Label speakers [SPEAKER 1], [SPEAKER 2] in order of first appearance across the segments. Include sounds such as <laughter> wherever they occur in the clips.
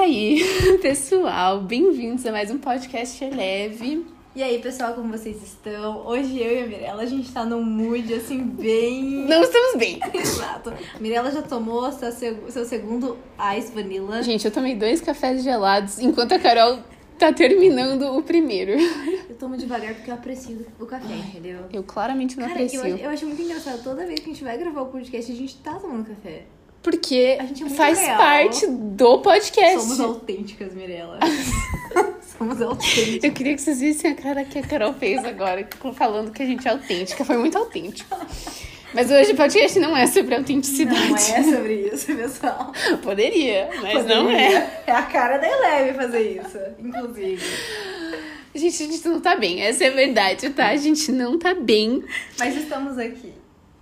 [SPEAKER 1] aí, <laughs> pessoal? Bem-vindos a mais um podcast leve.
[SPEAKER 2] E aí, pessoal, como vocês estão? Hoje eu e a Mirella, a gente tá num mood, assim, bem... <laughs>
[SPEAKER 1] Não estamos bem.
[SPEAKER 2] Exato. A Mirella já tomou seu, seg- seu segundo Ice Vanilla.
[SPEAKER 1] Gente, eu tomei dois cafés gelados enquanto a Carol tá terminando o primeiro.
[SPEAKER 2] Eu tomo devagar porque eu aprecio o café, entendeu?
[SPEAKER 1] Eu claramente não
[SPEAKER 2] Cara, eu,
[SPEAKER 1] aprecio.
[SPEAKER 2] acho- eu acho muito engraçado. Toda vez que a gente vai gravar o podcast, a gente tá tomando café.
[SPEAKER 1] Porque
[SPEAKER 2] A gente é muito
[SPEAKER 1] faz
[SPEAKER 2] real.
[SPEAKER 1] parte do podcast.
[SPEAKER 2] Somos autênticas, Mirella. <laughs> Somos autênticas.
[SPEAKER 1] Eu queria que vocês vissem a cara que a Carol fez agora, falando que a gente é autêntica. Foi muito autêntico. Mas hoje o podcast não é sobre autenticidade.
[SPEAKER 2] Não é sobre isso, pessoal.
[SPEAKER 1] Poderia, mas não é.
[SPEAKER 2] Poderia. <laughs> É a cara da Eleve fazer isso, inclusive.
[SPEAKER 1] Gente, a gente não tá bem, essa é a verdade, tá? A gente não tá bem.
[SPEAKER 2] Mas estamos aqui.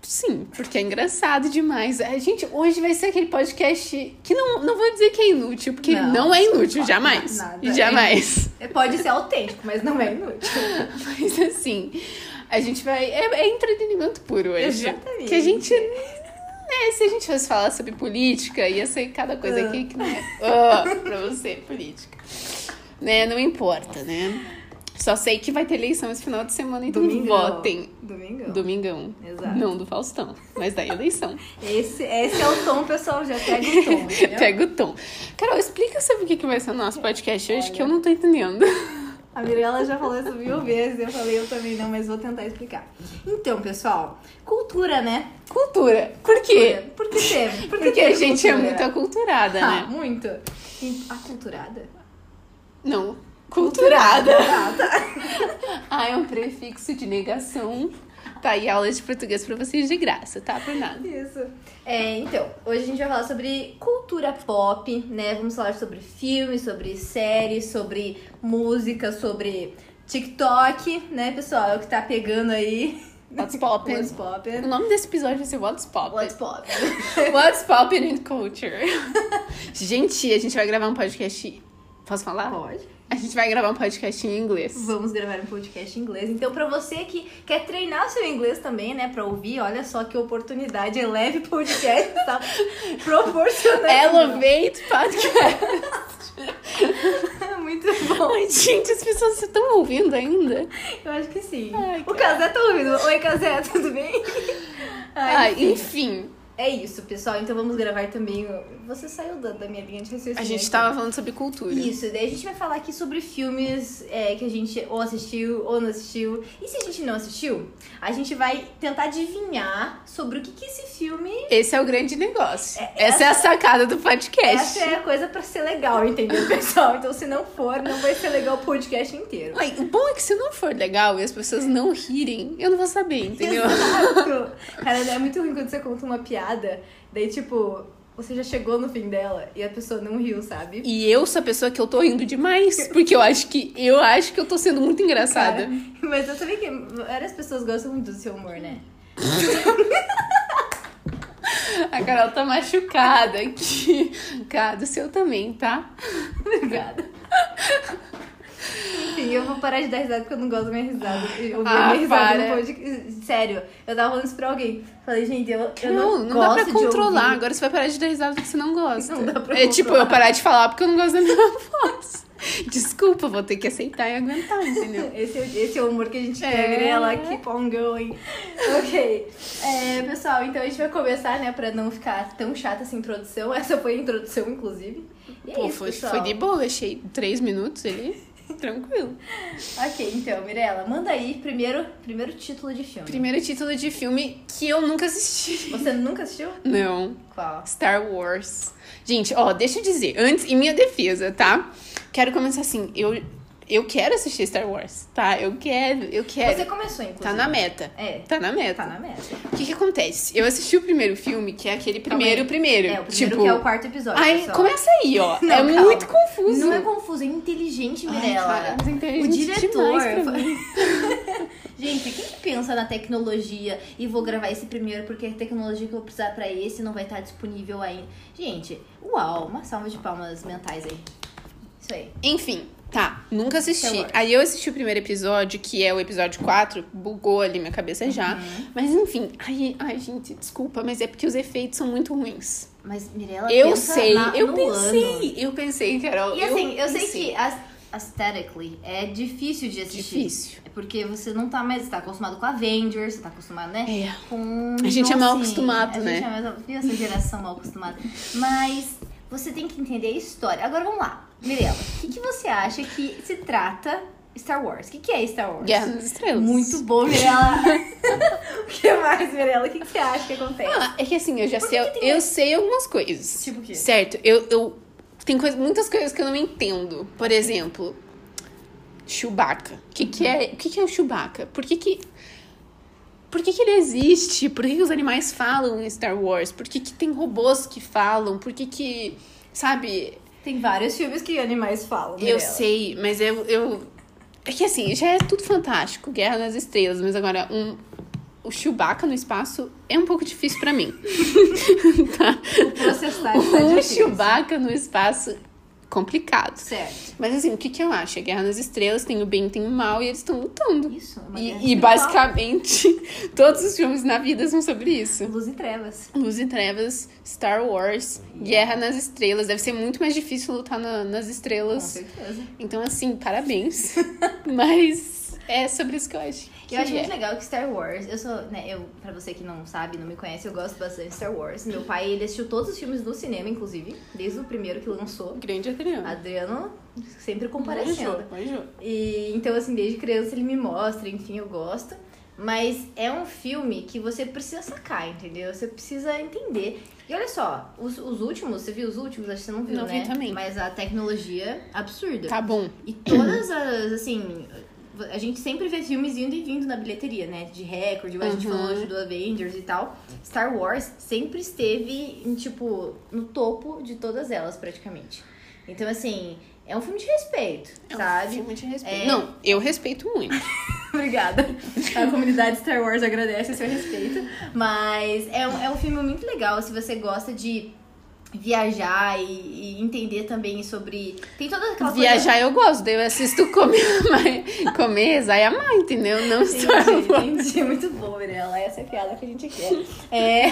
[SPEAKER 1] Sim, porque é engraçado demais. A gente hoje vai ser aquele podcast que não, não vou dizer que é inútil, porque não,
[SPEAKER 2] Não,
[SPEAKER 1] é inútil,
[SPEAKER 2] não,
[SPEAKER 1] jamais.
[SPEAKER 2] nada.
[SPEAKER 1] Jamais. <laughs>
[SPEAKER 2] É, Pode ser autêntico, mas não é inútil.
[SPEAKER 1] Mas assim, a gente vai. É, é entretenimento puro hoje.
[SPEAKER 2] Exatamente.
[SPEAKER 1] Que a gente. né, se a gente fosse falar sobre política, ia ser cada coisa aqui que não é ah, pra você, política. Né, não importa, né? Só sei que vai ter eleição esse final de semana, então votem.
[SPEAKER 2] Domingão.
[SPEAKER 1] Domingão.
[SPEAKER 2] Exato.
[SPEAKER 1] Não do Faustão, mas da eleição.
[SPEAKER 2] Esse, esse é o tom, pessoal. Já pega
[SPEAKER 1] <laughs>
[SPEAKER 2] o tom. entendeu?
[SPEAKER 1] Pega o tom. Carol, explica sobre o que que vai ser o nosso podcast hoje, que eu não tô entendendo.
[SPEAKER 2] A Mirella já falou isso mil vezes. Eu falei, eu também não, mas vou tentar explicar. Então, pessoal, cultura, né?
[SPEAKER 1] Cultura. Por quê?
[SPEAKER 2] Por que teve? Por que
[SPEAKER 1] Porque a
[SPEAKER 2] teve
[SPEAKER 1] gente é
[SPEAKER 2] cultura?
[SPEAKER 1] muito aculturada,
[SPEAKER 2] Ah,
[SPEAKER 1] né?
[SPEAKER 2] muito. E- Aculturada?
[SPEAKER 1] <laughs> Não. Culturada.
[SPEAKER 2] Ah,
[SPEAKER 1] <laughs>
[SPEAKER 2] tá.
[SPEAKER 1] Ah, é um prefixo de negação. Tá aí aula de português pra vocês de graça, tá? Por nada.
[SPEAKER 2] Isso. É, então, hoje a gente vai falar sobre cultura pop, né? Vamos falar sobre filmes, sobre séries, sobre música, sobre TikTok, né, pessoal? É o que tá pegando aí.
[SPEAKER 1] What's poppin'?
[SPEAKER 2] What's poppin'?
[SPEAKER 1] O nome desse episódio vai ser What's Pop. <laughs>
[SPEAKER 2] What's poppin'?
[SPEAKER 1] What's Poppin' in Culture. <laughs> gente, a gente vai gravar um podcast... Posso falar?
[SPEAKER 2] Pode.
[SPEAKER 1] A gente vai gravar um podcast em inglês.
[SPEAKER 2] Vamos gravar um podcast em inglês. Então, pra você que quer treinar o seu inglês também, né, pra ouvir, olha só que oportunidade. Eleve Podcast <laughs> tá proporcionando.
[SPEAKER 1] Elevate Podcast.
[SPEAKER 2] <laughs> <laughs> Muito bom.
[SPEAKER 1] Ai, gente, as pessoas estão ouvindo ainda.
[SPEAKER 2] Eu acho que sim.
[SPEAKER 1] Ai,
[SPEAKER 2] o Casé tá ouvindo. Oi, Casé, <laughs> tudo bem?
[SPEAKER 1] Ah,
[SPEAKER 2] Ai,
[SPEAKER 1] enfim,
[SPEAKER 2] É isso, pessoal. Então vamos gravar também. o- Você saiu da, da minha linha de raciocínio.
[SPEAKER 1] a gente
[SPEAKER 2] aqui.
[SPEAKER 1] tava falando sobre cultura.
[SPEAKER 2] Isso, daí a gente vai falar aqui sobre filmes é, que a gente ou assistiu ou não assistiu. E se a gente não assistiu, a gente vai tentar adivinhar sobre o que, que esse filme.
[SPEAKER 1] Esse é o grande negócio. essa, é a sacada do podcast.
[SPEAKER 2] Essa é a coisa pra ser legal, entendeu, <laughs> pessoal? Então se não for, não vai ser legal o podcast inteiro.
[SPEAKER 1] Ai, o bom é que se não for legal e as pessoas não rirem, eu não vou saber, entendeu?
[SPEAKER 2] Exato. Cara, é muito ruim quando você conta uma piada, daí tipo, você já chegou no fim dela e a pessoa não riu, sabe?
[SPEAKER 1] E eu sou a pessoa que eu tô rindo demais, porque eu acho que eu acho que eu tô sendo muito
[SPEAKER 2] Cara,
[SPEAKER 1] engraçada.
[SPEAKER 2] mas eu sabia que várias pessoas gostam muito do seu humor, né?
[SPEAKER 1] A Carol tá machucada aqui. Cara, do seu também, tá?
[SPEAKER 2] Obrigada. Enfim, eu vou parar de dar risada porque eu não gosto da minha risada. Eu ouvi
[SPEAKER 1] Ah,
[SPEAKER 2] minha risada
[SPEAKER 1] para.
[SPEAKER 2] no podcast. Sério, eu tava falando isso pra alguém. Falei, gente, eu, eu
[SPEAKER 1] não,
[SPEAKER 2] não,
[SPEAKER 1] não
[SPEAKER 2] gosto
[SPEAKER 1] dá
[SPEAKER 2] de
[SPEAKER 1] pra controlar.
[SPEAKER 2] ouvir.
[SPEAKER 1] Agora você vai parar de dar risada porque você não gosta.
[SPEAKER 2] Não dá pra
[SPEAKER 1] é tipo
[SPEAKER 2] controlar.
[SPEAKER 1] eu parar de falar porque eu não gosto da minha <laughs> voz. Desculpa, vou ter que aceitar e aguentar, entendeu?
[SPEAKER 2] Esse, é- esse é o humor que a gente
[SPEAKER 1] É.
[SPEAKER 2] pega, né? Ela keep on going. Ok. É, pessoal, então a gente vai começar, né? Pra não ficar tão chata essa introdução. Essa foi a introdução, inclusive. <laughs> E é
[SPEAKER 1] Pô,
[SPEAKER 2] isso,
[SPEAKER 1] foi,
[SPEAKER 2] pessoal.
[SPEAKER 1] foi de boa, achei três minutos ali. Tranquilo.
[SPEAKER 2] Ok, então, Mirella, manda aí primeiro, primeiro título de filme.
[SPEAKER 1] Primeiro título de filme que eu nunca assisti. <laughs>
[SPEAKER 2] Você nunca assistiu?
[SPEAKER 1] Não.
[SPEAKER 2] Qual?
[SPEAKER 1] Star Wars. Gente, ó, deixa eu dizer, antes, em minha defesa, tá? Quero começar assim, eu, eu quero assistir Star Wars, tá? Eu quero, eu quero.
[SPEAKER 2] Você começou, inclusive.
[SPEAKER 1] Tá na meta.
[SPEAKER 2] É.
[SPEAKER 1] Tá na meta.
[SPEAKER 2] Tá na meta.
[SPEAKER 1] O que que acontece? Eu assisti o primeiro filme, que é aquele primeiro,
[SPEAKER 2] aí.
[SPEAKER 1] primeiro.
[SPEAKER 2] É, o primeiro
[SPEAKER 1] tipo,
[SPEAKER 2] que é o quarto episódio.
[SPEAKER 1] Ai,
[SPEAKER 2] pessoal.
[SPEAKER 1] começa aí, ó.
[SPEAKER 2] <laughs> Não,
[SPEAKER 1] é
[SPEAKER 2] calma.
[SPEAKER 1] muito confuso.
[SPEAKER 2] Não é confuso, é inteligente,
[SPEAKER 1] Ai, cara,
[SPEAKER 2] Mirella.
[SPEAKER 1] mas é
[SPEAKER 2] o
[SPEAKER 1] inteligente
[SPEAKER 2] diretor.
[SPEAKER 1] demais pra mim.
[SPEAKER 2] Gente, quem que pensa na tecnologia e vou gravar esse primeiro porque a tecnologia que eu vou precisar pra esse não vai estar disponível ainda? Gente, uau, uma salva de palmas mentais aí. Isso aí.
[SPEAKER 1] Enfim, tá. Nunca
[SPEAKER 2] Star
[SPEAKER 1] assisti.
[SPEAKER 2] Wars.
[SPEAKER 1] Aí eu assisti o primeiro episódio, que é o episódio 4, bugou ali
[SPEAKER 2] Uhum.
[SPEAKER 1] minha cabeça já. Mas enfim, aí, ai, gente, desculpa, mas é porque os efeitos são muito ruins.
[SPEAKER 2] Mas Mirella
[SPEAKER 1] Eu
[SPEAKER 2] pensa
[SPEAKER 1] sei,
[SPEAKER 2] na-
[SPEAKER 1] eu
[SPEAKER 2] no
[SPEAKER 1] pensei,
[SPEAKER 2] ano.
[SPEAKER 1] eu pensei, Carol.
[SPEAKER 2] E assim, eu, sei
[SPEAKER 1] pensei.
[SPEAKER 2] que as, aesthetically é difícil de assistir.
[SPEAKER 1] Difícil.
[SPEAKER 2] É porque você não tá mais, tá acostumado com Avengers, você tá acostumado, né?
[SPEAKER 1] É.
[SPEAKER 2] Com,
[SPEAKER 1] A gente é mal acostumado,
[SPEAKER 2] Então, assim, a
[SPEAKER 1] né?
[SPEAKER 2] Gente é mais, viu essa geração mal acostumada. Mas você tem que entender a história. Agora vamos lá, Mirella, o que, que você acha que se trata Star Wars? O que, que é Star Wars?
[SPEAKER 1] Guerra nas Estrelas.
[SPEAKER 2] Muito bom, Mirella. <laughs> o que mais, Mirella? O que, que você acha que acontece?
[SPEAKER 1] Ah, é que assim, eu já sei,
[SPEAKER 2] que tem
[SPEAKER 1] eu sei algumas coisas.
[SPEAKER 2] Tipo o quê?
[SPEAKER 1] Certo, eu, eu tem coisa, muitas coisas que eu não entendo. Por exemplo, Chewbacca. O que, que
[SPEAKER 2] Uhum.
[SPEAKER 1] é, o que, que é o Chewbacca? Por que que por que, que ele existe? Por que, que os animais falam em Star Wars? Por que, que tem robôs que falam? Por que que, sabe?
[SPEAKER 2] Tem vários filmes que animais falam.
[SPEAKER 1] Eu
[SPEAKER 2] Mirella.
[SPEAKER 1] sei, mas eu, eu. É que assim, já é tudo fantástico Guerra nas Estrelas, mas agora um. O Chewbacca no espaço é um pouco difícil pra mim. <laughs>
[SPEAKER 2] Vou processar essa
[SPEAKER 1] Um
[SPEAKER 2] Tá, difícil.
[SPEAKER 1] Chewbacca no espaço, complicado.
[SPEAKER 2] Certo.
[SPEAKER 1] Mas assim, o que, que eu acho? É Guerra nas Estrelas, tem o bem tem o mal e eles estão lutando.
[SPEAKER 2] Isso. é uma guerra
[SPEAKER 1] E, e
[SPEAKER 2] espiritual.
[SPEAKER 1] basicamente, <laughs> todos os filmes na vida são sobre isso.
[SPEAKER 2] Luz e trevas.
[SPEAKER 1] Luz e Trevas, Star Wars, Guerra nas Estrelas. Deve ser muito mais difícil lutar na- nas
[SPEAKER 2] Com
[SPEAKER 1] estrelas.
[SPEAKER 2] certeza.
[SPEAKER 1] Então, assim, parabéns. <laughs> Mas é sobre isso que eu acho. que
[SPEAKER 2] Eu acho
[SPEAKER 1] é.
[SPEAKER 2] muito legal que Star Wars, eu sou, né, eu, pra você que não sabe, não me conhece, eu gosto bastante de Star Wars. Meu pai, ele assistiu todos os filmes no cinema, inclusive, desde o primeiro que lançou.
[SPEAKER 1] Grande Adriano.
[SPEAKER 2] Adriano sempre comparecendo.
[SPEAKER 1] Manjou, manjou.
[SPEAKER 2] E então, assim, desde criança ele me mostra, enfim, eu gosto. Mas é um filme que você precisa sacar, entendeu? Você precisa entender. E olha só, os, os últimos, você viu os últimos? Acho que você não viu,
[SPEAKER 1] Não vi
[SPEAKER 2] né?
[SPEAKER 1] também.
[SPEAKER 2] Mas a tecnologia absurda.
[SPEAKER 1] Tá bom.
[SPEAKER 2] E todas as, assim. A gente sempre vê filmes indo e vindo na bilheteria, né? De recorde, a gente
[SPEAKER 1] Uhum.
[SPEAKER 2] falou hoje do Avengers e tal. Star Wars sempre esteve, em, tipo, no topo de todas elas, praticamente. Então, assim, é um filme de respeito,
[SPEAKER 1] É um
[SPEAKER 2] sabe? <laughs>
[SPEAKER 1] filme de respeito.
[SPEAKER 2] É.
[SPEAKER 1] Não, eu respeito muito.
[SPEAKER 2] Obrigada. A comunidade Star Wars agradece o seu respeito. Mas é um, é um filme muito legal se você gosta de viajar e, e entender também sobre. Tem toda aquela coisa.
[SPEAKER 1] Viajar eu gosto, daí eu assisto comer, <laughs> mas comer, Zay amar, entendeu? Não Star Wars.
[SPEAKER 2] Entendi, entendi. Muito bom, Mirella. Essa é a piada que a gente quer. É.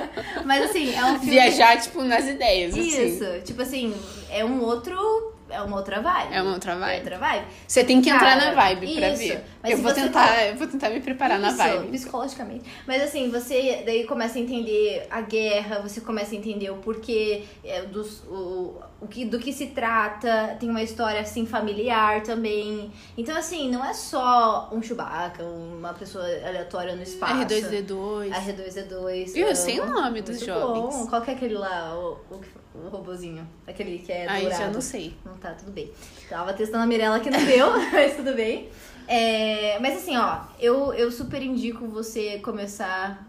[SPEAKER 2] <laughs> Mas assim, é um filme.
[SPEAKER 1] Viajar, tipo, nas ideias,
[SPEAKER 2] Isso.
[SPEAKER 1] assim.
[SPEAKER 2] Tipo assim, é um outro. É uma outra vibe.
[SPEAKER 1] É uma outra
[SPEAKER 2] É
[SPEAKER 1] vibe.
[SPEAKER 2] outra vibe.
[SPEAKER 1] Você tem que entrar na
[SPEAKER 2] Cara,
[SPEAKER 1] vibe pra
[SPEAKER 2] isso.
[SPEAKER 1] ver.
[SPEAKER 2] Mas
[SPEAKER 1] eu
[SPEAKER 2] se
[SPEAKER 1] vou
[SPEAKER 2] você
[SPEAKER 1] tentar,
[SPEAKER 2] tá-
[SPEAKER 1] eu vou tentar me preparar na
[SPEAKER 2] Isso,
[SPEAKER 1] vibe.
[SPEAKER 2] Psicologicamente. Mas assim, você daí começa a entender a guerra, você começa a entender o porquê é, dos, o, o que, do que se trata, tem uma história assim familiar também. Então, assim, não é só um Chewbacca, uma pessoa aleatória no espaço.
[SPEAKER 1] R2D2.
[SPEAKER 2] R2D2.
[SPEAKER 1] Viu?
[SPEAKER 2] amo.
[SPEAKER 1] Sem o nome dos
[SPEAKER 2] Muito
[SPEAKER 1] jovens.
[SPEAKER 2] Bom. Qual que é aquele lá, o, o, que- o robozinho? Aquele que é
[SPEAKER 1] Aí
[SPEAKER 2] dourado.
[SPEAKER 1] já não sei.
[SPEAKER 2] Não tá, tudo bem. Tava testando a Mirella que não deu, <laughs> mas tudo bem. É, mas assim, ó, eu, eu super indico você começar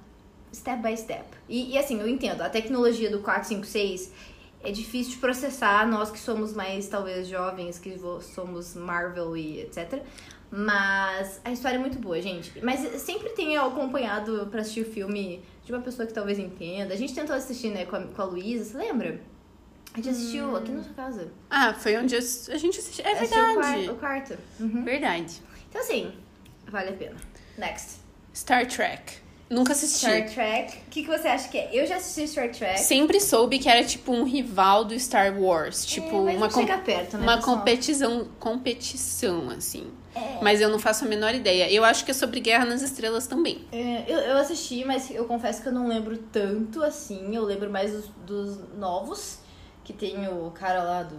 [SPEAKER 2] step by step. E, e assim, eu entendo, a tecnologia do 456 é difícil de processar, nós que somos mais, talvez, jovens, que vo- somos Marvel e etc. Mas a história é muito boa, gente. Mas sempre tenho acompanhado pra assistir o filme de uma pessoa que talvez entenda. A gente tentou assistir, né, com a, com a Luísa, você lembra? A gente assistiu aqui na sua casa.
[SPEAKER 1] Ah, foi onde eu- a gente assistiu. É
[SPEAKER 2] Assistiu o
[SPEAKER 1] verdade.
[SPEAKER 2] quar- O quarto. Uhum.
[SPEAKER 1] Verdade.
[SPEAKER 2] Então, assim, vale a pena. Next.
[SPEAKER 1] Star Trek. Nunca assisti.
[SPEAKER 2] Star Trek. O que, que você acha que é? Eu já assisti Star Trek.
[SPEAKER 1] Sempre soube que era tipo um rival do Star Wars. Tipo,
[SPEAKER 2] é, mas
[SPEAKER 1] uma,
[SPEAKER 2] não
[SPEAKER 1] com-
[SPEAKER 2] chega perto, né,
[SPEAKER 1] uma
[SPEAKER 2] pessoal?
[SPEAKER 1] competição, competição, assim.
[SPEAKER 2] É.
[SPEAKER 1] Mas eu não faço a menor ideia. Eu acho que é sobre Guerra nas Estrelas também.
[SPEAKER 2] É, eu, eu assisti, mas eu confesso que eu não lembro tanto assim. Eu lembro mais dos, dos novos, que tem o cara lá do.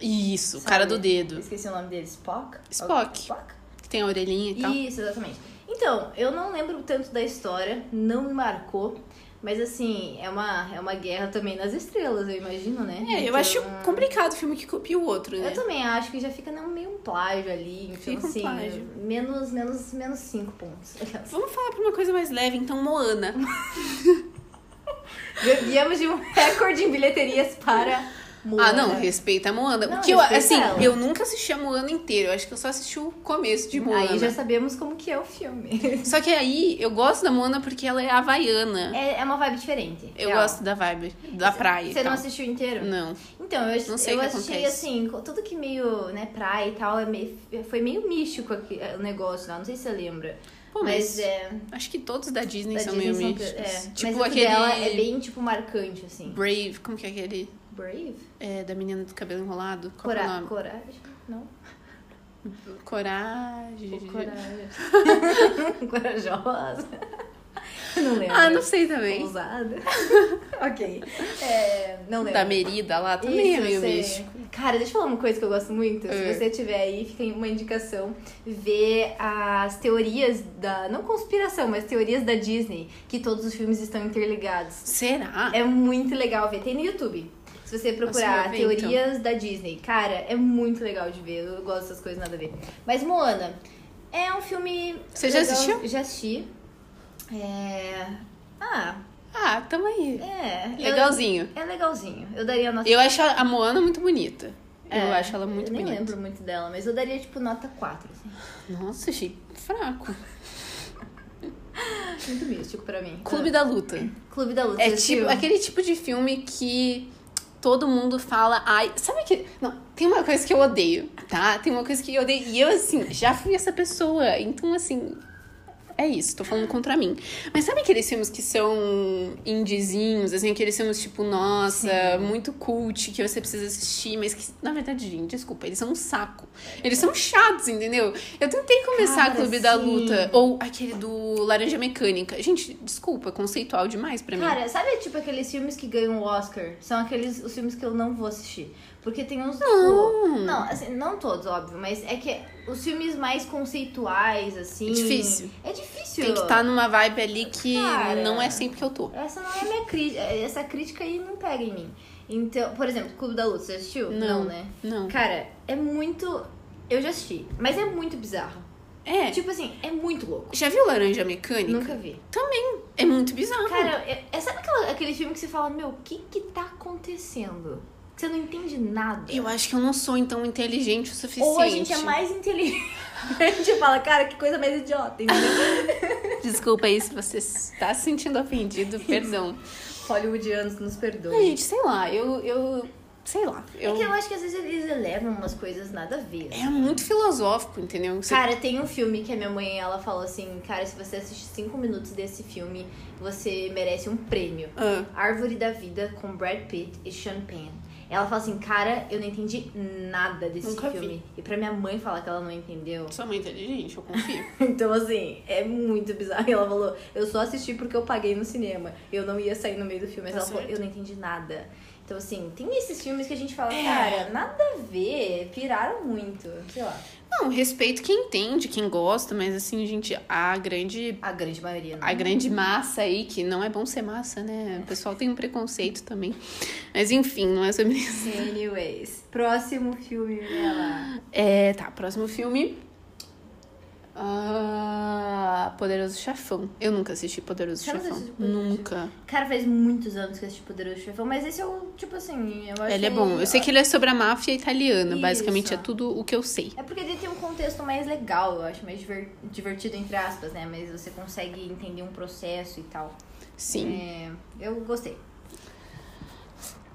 [SPEAKER 1] Isso,
[SPEAKER 2] sabe?
[SPEAKER 1] cara do dedo.
[SPEAKER 2] Esqueci o nome dele, Spock?
[SPEAKER 1] Spock.
[SPEAKER 2] Spock?
[SPEAKER 1] Que tem a orelhinha e tal.
[SPEAKER 2] Isso, exatamente. Então, eu não lembro tanto da história, não me marcou. Mas assim, é uma, é uma guerra também nas estrelas, eu imagino, né?
[SPEAKER 1] É, eu
[SPEAKER 2] Então-
[SPEAKER 1] acho complicado o filme que copia o outro, né?
[SPEAKER 2] Eu também acho que já fica não, meio um plágio ali. Então,
[SPEAKER 1] Fica um
[SPEAKER 2] assim,
[SPEAKER 1] plágio.
[SPEAKER 2] menos, menos, menos cinco pontos. <laughs>
[SPEAKER 1] Vamos falar pra uma coisa mais leve, então, Moana.
[SPEAKER 2] Viemos de um recorde em bilheterias para Moana.
[SPEAKER 1] Ah, não, respeita a Moana.
[SPEAKER 2] Não,
[SPEAKER 1] Porque eu,
[SPEAKER 2] respeita
[SPEAKER 1] assim,
[SPEAKER 2] ela.
[SPEAKER 1] eu nunca assisti a Moana inteira. Eu acho que eu só assisti o começo de né? Moana.
[SPEAKER 2] Aí já sabemos como que é o filme. <laughs>
[SPEAKER 1] Só que aí, eu gosto da Moana porque ela é havaiana.
[SPEAKER 2] É, é uma vibe diferente.
[SPEAKER 1] Eu
[SPEAKER 2] real. é,
[SPEAKER 1] gosto da vibe, da praia. e
[SPEAKER 2] Você não
[SPEAKER 1] tal.
[SPEAKER 2] assistiu inteiro?
[SPEAKER 1] Não.
[SPEAKER 2] Então, eu,
[SPEAKER 1] Não sei
[SPEAKER 2] eu
[SPEAKER 1] o que
[SPEAKER 2] achei
[SPEAKER 1] acontece.
[SPEAKER 2] assim, com tudo que eh, meio, né, praia e tal, é meio, foi meio místico aqui, é, o negócio lá, não sei se você lembra.
[SPEAKER 1] Pô, mas,
[SPEAKER 2] mas é.
[SPEAKER 1] acho que todos da Disney
[SPEAKER 2] da
[SPEAKER 1] são
[SPEAKER 2] Disney
[SPEAKER 1] meio
[SPEAKER 2] são-
[SPEAKER 1] místicos.
[SPEAKER 2] é.
[SPEAKER 1] Tipo
[SPEAKER 2] mas
[SPEAKER 1] aquele
[SPEAKER 2] dela é bem, tipo, marcante, assim.
[SPEAKER 1] Brave, como que é aquele?
[SPEAKER 2] Brave?
[SPEAKER 1] É, da menina do cabelo enrolado. Qual que é o
[SPEAKER 2] Cora
[SPEAKER 1] nome?
[SPEAKER 2] coragem? Não?
[SPEAKER 1] Coragem.
[SPEAKER 2] Ou
[SPEAKER 1] <laughs>
[SPEAKER 2] coragem. Corajosa. Não lembro.
[SPEAKER 1] Ah, não sei também. <laughs>
[SPEAKER 2] Ousada. ok. É, não lembro.
[SPEAKER 1] Da Merida lá Tá, também é
[SPEAKER 2] Isso,
[SPEAKER 1] meio
[SPEAKER 2] você-
[SPEAKER 1] místico.
[SPEAKER 2] Cara, deixa eu falar uma coisa que eu gosto muito.
[SPEAKER 1] É.
[SPEAKER 2] Se você tiver aí, fica aí uma indicação. Ver as teorias da. Não conspiração, mas teorias da Disney. Que todos os filmes estão interligados.
[SPEAKER 1] Será?
[SPEAKER 2] É muito legal ver. Tem no YouTube. Se você procurar
[SPEAKER 1] Nossa, eu vou ver, então.
[SPEAKER 2] teorias da Disney, cara, é muito legal de ver. Eu gosto dessas coisas nada a ver. Mas Moana é um filme.
[SPEAKER 1] Você já
[SPEAKER 2] legal.
[SPEAKER 1] assistiu?
[SPEAKER 2] Já assisti. É. Ah,
[SPEAKER 1] Ah, tamo aí.
[SPEAKER 2] é. Eu-
[SPEAKER 1] Legalzinho.
[SPEAKER 2] É legalzinho. Eu daria nota.
[SPEAKER 1] Eu acho a Moana muito bonita.
[SPEAKER 2] É,
[SPEAKER 1] eu acho ela muito
[SPEAKER 2] eu nem
[SPEAKER 1] bonita.
[SPEAKER 2] lembro muito dela, mas eu daria tipo nota 4, assim.
[SPEAKER 1] Nossa, achei fraco.
[SPEAKER 2] Muito místico pra mim.
[SPEAKER 1] Clube da Luta.
[SPEAKER 2] da, Clube da Luta.
[SPEAKER 1] É tipo
[SPEAKER 2] você assistiu?
[SPEAKER 1] aquele tipo de filme que todo mundo fala, ai, sabe que não, tem uma coisa que eu odeio, tá? Tem uma coisa que eu odeio e eu assim, já fui essa pessoa, então assim, é isso, tô falando contra mim. Mas sabe aqueles filmes que são indizinhos, assim, aqueles filmes tipo, nossa, muito cult, que você precisa assistir, mas que, na verdade, gente, desculpa, eles são um saco. Eles são chatos, entendeu? Eu tentei começar
[SPEAKER 2] Cara,
[SPEAKER 1] Clube da
[SPEAKER 2] sim.
[SPEAKER 1] Luta, ou aquele do Laranja Mecânica. Gente, desculpa, é conceitual demais pra mim.
[SPEAKER 2] Cara, sabe tipo aqueles filmes que ganham o Oscar? São aqueles os filmes que eu não vou assistir. Porque tem uns.
[SPEAKER 1] Não.
[SPEAKER 2] não, assim, não todos, óbvio, mas é que os filmes mais conceituais, assim.
[SPEAKER 1] É difícil.
[SPEAKER 2] É difícil.
[SPEAKER 1] Tem que tá- estar numa vibe ali que
[SPEAKER 2] Cara.
[SPEAKER 1] não é sempre que eu tô.
[SPEAKER 2] Essa não é minha crítica. Essa crítica aí não pega em mim. Então, por exemplo, Clube da Luta, você assistiu?
[SPEAKER 1] Não.
[SPEAKER 2] né?
[SPEAKER 1] Não.
[SPEAKER 2] Cara, é muito. Eu já assisti, mas é muito bizarro.
[SPEAKER 1] É.
[SPEAKER 2] Tipo assim, é muito louco.
[SPEAKER 1] Já viu Laranja Mecânica?
[SPEAKER 2] Nunca vi.
[SPEAKER 1] Também. É muito bizarro.
[SPEAKER 2] Cara, é, é- sabe aquela- aquele filme que você fala, meu, o que que tá acontecendo? Que Você não entende nada.
[SPEAKER 1] Eu acho que eu não sou então inteligente o suficiente.
[SPEAKER 2] Ou a gente é
[SPEAKER 1] <laughs>
[SPEAKER 2] mais inteligente. A gente fala, cara, que coisa mais idiota, entendeu?
[SPEAKER 1] Desculpa aí se você está se sentindo ofendido, perdão.
[SPEAKER 2] Hollywoodianos nos
[SPEAKER 1] Ai,
[SPEAKER 2] perdoem.
[SPEAKER 1] gente, sei lá, eu. eu sei lá.
[SPEAKER 2] É
[SPEAKER 1] Eu,
[SPEAKER 2] que eu acho que às vezes eles elevam umas coisas nada a ver.
[SPEAKER 1] É muito filosófico, entendeu? Você-
[SPEAKER 2] Cara, tem um filme que a minha mãe, ela falou assim, cara, se você assistir cinco minutos desse filme, você merece um prêmio.
[SPEAKER 1] Ah.
[SPEAKER 2] Árvore da Vida com Brad Pitt e Sean Penn. Ela fala assim, cara, eu não entendi nada desse
[SPEAKER 1] Nunca vi.
[SPEAKER 2] filme. E pra minha mãe falar que ela não entendeu.
[SPEAKER 1] Sua mãe é inteligente, eu <laughs> confio.
[SPEAKER 2] Então, assim, é muito bizarro. E ela falou, eu só assisti porque eu paguei no cinema. Eu não ia sair no meio do filme. Mas
[SPEAKER 1] Tá
[SPEAKER 2] ela falou,
[SPEAKER 1] certo.
[SPEAKER 2] eu não entendi nada. Então, assim, tem esses filmes que a gente fala,
[SPEAKER 1] É.
[SPEAKER 2] cara, nada a ver, piraram muito. Sei lá.
[SPEAKER 1] não, respeito quem entende, quem gosta, mas assim, gente, a grande
[SPEAKER 2] A grande maioria, né?
[SPEAKER 1] a grande massa aí, que não é bom ser massa, né? O pessoal tem um preconceito também. Mas enfim, não é sobre isso.
[SPEAKER 2] Anyways, próximo filme dela.
[SPEAKER 1] É, tá, próximo filme. Ah, Poderoso Chefão. Eu nunca assisti Poderoso
[SPEAKER 2] Você não
[SPEAKER 1] Chefão.
[SPEAKER 2] assistiu Poderoso
[SPEAKER 1] Nunca.
[SPEAKER 2] Cara, faz muitos anos que eu assisti Poderoso Chefão, mas esse eu, tipo assim, eu acho
[SPEAKER 1] Ele é bom. Eu sei que ele é sobre a máfia italiana.
[SPEAKER 2] Isso.
[SPEAKER 1] Basicamente é tudo o que eu sei.
[SPEAKER 2] É porque ele tem um contexto mais legal, eu acho, mais diver- divertido, entre aspas, né? Mas você consegue entender um processo e tal.
[SPEAKER 1] Sim.
[SPEAKER 2] É, eu gostei.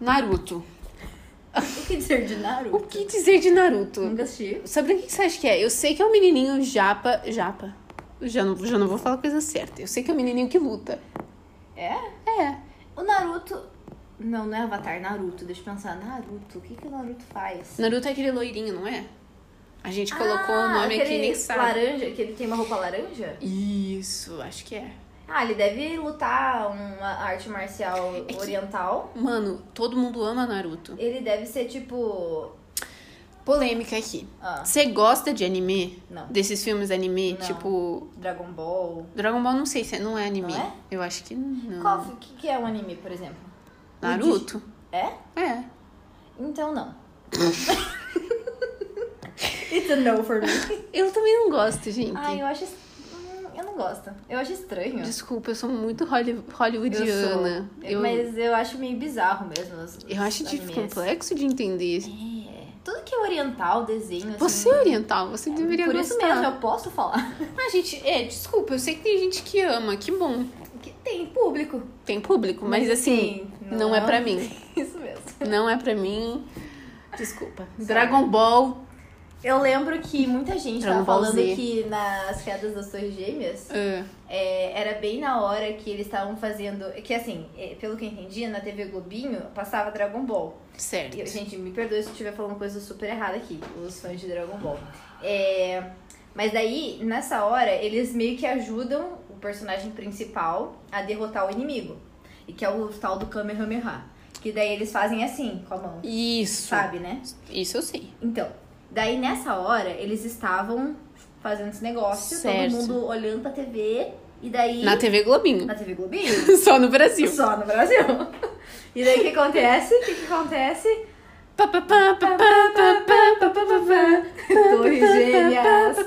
[SPEAKER 2] É.
[SPEAKER 1] Naruto.
[SPEAKER 2] O que dizer de Naruto?
[SPEAKER 1] O que dizer de Naruto?
[SPEAKER 2] Nunca assisti.
[SPEAKER 1] Sobre o que você acha que é? Eu sei que é um menininho japa. Japa. Eu Já não, já não vou falar a coisa certa. Eu sei que é um menininho que luta.
[SPEAKER 2] É?
[SPEAKER 1] É.
[SPEAKER 2] O Naruto... Não, não é Avatar, Naruto. Deixa eu pensar. Naruto, o que, que o Naruto faz?
[SPEAKER 1] Naruto é aquele loirinho, não é? A gente colocou
[SPEAKER 2] Ah,
[SPEAKER 1] o nome aqui
[SPEAKER 2] aquele
[SPEAKER 1] e nem sabe.
[SPEAKER 2] laranja, que ele tem uma roupa laranja?
[SPEAKER 1] Isso, acho que é.
[SPEAKER 2] Ah, ele deve lutar uma arte marcial
[SPEAKER 1] É que-
[SPEAKER 2] oriental.
[SPEAKER 1] Mano, todo mundo ama Naruto.
[SPEAKER 2] Ele deve ser tipo...
[SPEAKER 1] Polêmica aqui.
[SPEAKER 2] Ah,
[SPEAKER 1] Você gosta de anime?
[SPEAKER 2] Não.
[SPEAKER 1] Desses filmes anime,
[SPEAKER 2] Não.
[SPEAKER 1] tipo.
[SPEAKER 2] Dragon Ball.
[SPEAKER 1] Dragon Ball não sei se é- não é anime.
[SPEAKER 2] Não é?
[SPEAKER 1] Eu acho que não.
[SPEAKER 2] Qual o que, que é um anime, por exemplo?
[SPEAKER 1] Naruto?
[SPEAKER 2] É?
[SPEAKER 1] É. <laughs>
[SPEAKER 2] Então não. It's a
[SPEAKER 1] <laughs>
[SPEAKER 2] no for me.
[SPEAKER 1] Eu também não gosto, gente.
[SPEAKER 2] Ai, eu acho... es- hum, Eu não gosto. Eu acho estranho.
[SPEAKER 1] Desculpa, eu sou muito holly- hollywoodiana.
[SPEAKER 2] Eu sou. Mas é assim. eu acho meio bizarro mesmo. os- os
[SPEAKER 1] eu acho de
[SPEAKER 2] animes.
[SPEAKER 1] complexo de entender.
[SPEAKER 2] É. Tudo que é oriental, desenho, assim.
[SPEAKER 1] Você é oriental, você deveria
[SPEAKER 2] Por
[SPEAKER 1] gostar.
[SPEAKER 2] isso mesmo, eu posso falar. <laughs>
[SPEAKER 1] Ah, gente, é, desculpa, eu sei que tem gente que ama, que bom.
[SPEAKER 2] Que tem público.
[SPEAKER 1] Tem público, mas, assim, não, é pra mim.
[SPEAKER 2] <laughs> Isso mesmo.
[SPEAKER 1] Não é pra mim. Desculpa. Dragon Ball
[SPEAKER 2] Eu lembro que muita gente
[SPEAKER 1] Pra
[SPEAKER 2] tava
[SPEAKER 1] não
[SPEAKER 2] falando
[SPEAKER 1] fazer.
[SPEAKER 2] que nas quedas das Torres Gêmeas
[SPEAKER 1] Ah,
[SPEAKER 2] é, era bem na hora que eles estavam fazendo. Que assim, é, pelo que eu entendi, na TV Globinho passava Dragon Ball.
[SPEAKER 1] certo.
[SPEAKER 2] Eu- gente, me perdoe se eu estiver falando coisa super errada aqui, os fãs de Dragon Ball. É, mas daí, nessa hora, eles meio que ajudam o personagem principal a derrotar o inimigo. E que é o tal do Kamehameha. Que daí eles fazem assim, com a mão.
[SPEAKER 1] Isso.
[SPEAKER 2] Sabe, né?
[SPEAKER 1] Isso eu sei.
[SPEAKER 2] Então, daí nessa hora, eles estavam fazendo esse negócio,
[SPEAKER 1] Certo.
[SPEAKER 2] todo mundo olhando pra TV. E daí.
[SPEAKER 1] Na TV Globinho. <laughs>
[SPEAKER 2] na TV Globinho?
[SPEAKER 1] Só no Brasil.
[SPEAKER 2] Só no Brasil. <laughs> E daí o que acontece? O que, que
[SPEAKER 1] <laughs>
[SPEAKER 2] acontece?
[SPEAKER 1] Pá, pá, pá, pá, pá, pá, pá, pá, pá, pá.
[SPEAKER 2] Torres gêmeas.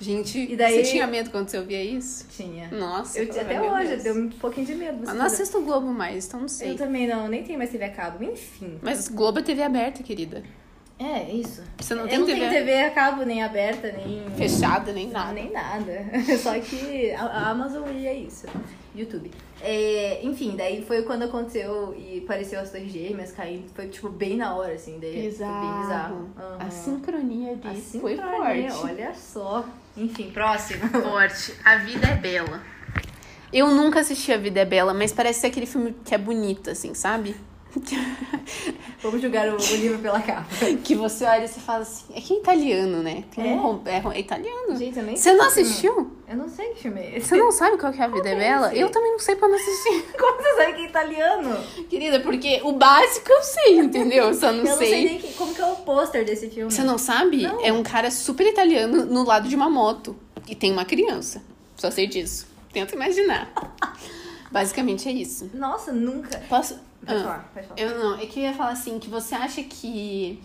[SPEAKER 1] Gente,
[SPEAKER 2] E daí-
[SPEAKER 1] você tinha medo quando você ouvia isso?
[SPEAKER 2] Tinha.
[SPEAKER 1] Nossa.
[SPEAKER 2] Eu,
[SPEAKER 1] eu falava,
[SPEAKER 2] até
[SPEAKER 1] meu
[SPEAKER 2] hoje,
[SPEAKER 1] Deus.
[SPEAKER 2] deu um pouquinho de medo.
[SPEAKER 1] Mas
[SPEAKER 2] você
[SPEAKER 1] não
[SPEAKER 2] sabe?
[SPEAKER 1] assisto o Globo mais, então não
[SPEAKER 2] Eu
[SPEAKER 1] sei.
[SPEAKER 2] também não, nem tenho mais TV a cabo, enfim.
[SPEAKER 1] Mas Globo é TV aberta, querida.
[SPEAKER 2] É, isso.
[SPEAKER 1] Você não
[SPEAKER 2] eu
[SPEAKER 1] tem
[SPEAKER 2] não
[SPEAKER 1] TV
[SPEAKER 2] tenho TV a cabo, nem aberta, nem.
[SPEAKER 1] fechada, nem nada.
[SPEAKER 2] Nem nada. <laughs> Só que a- a Amazon e é isso. YouTube. É, enfim, daí foi quando aconteceu e apareceu as torres gêmeas caindo. Foi tipo bem na hora, assim. Daí foi bem bizarro. Aham.
[SPEAKER 1] É A sincronia
[SPEAKER 2] A
[SPEAKER 1] disso foi
[SPEAKER 2] sincronia,
[SPEAKER 1] forte.
[SPEAKER 2] Olha só. Enfim, próximo. <laughs>
[SPEAKER 1] Forte. A vida é bela. Eu nunca assisti A Vida é Bela, mas parece ser aquele filme que é bonito, assim, <laughs> sabe?
[SPEAKER 2] Vamos julgar o, o livro pela capa.
[SPEAKER 1] Que você olha e você fala assim. É que é italiano, né? Tem um
[SPEAKER 2] É?
[SPEAKER 1] rom- é rom- é italiano.
[SPEAKER 2] Gente, eu nem
[SPEAKER 1] Você não
[SPEAKER 2] sei que filme-
[SPEAKER 1] assistiu?
[SPEAKER 2] Eu não sei que filme é esse.
[SPEAKER 1] Você não sabe qual que é a vida é
[SPEAKER 2] que é
[SPEAKER 1] bela?
[SPEAKER 2] esse?
[SPEAKER 1] Eu também não sei quando assisti.
[SPEAKER 2] Como você sabe que é italiano?
[SPEAKER 1] <laughs> Querida, porque o básico eu sei, entendeu? Eu só não,
[SPEAKER 2] eu não sei nem que- como que é o pôster desse filme.
[SPEAKER 1] Você não sabe?
[SPEAKER 2] Não.
[SPEAKER 1] É um cara super italiano no lado de uma moto. E tem uma criança. Só sei disso. Tenta
[SPEAKER 2] <laughs>
[SPEAKER 1] imaginar. Basicamente é isso.
[SPEAKER 2] Nossa, nunca.
[SPEAKER 1] Posso.
[SPEAKER 2] Pode
[SPEAKER 1] Ah.
[SPEAKER 2] falar, pode falar.
[SPEAKER 1] Eu não, é que eu ia falar assim, que você acha que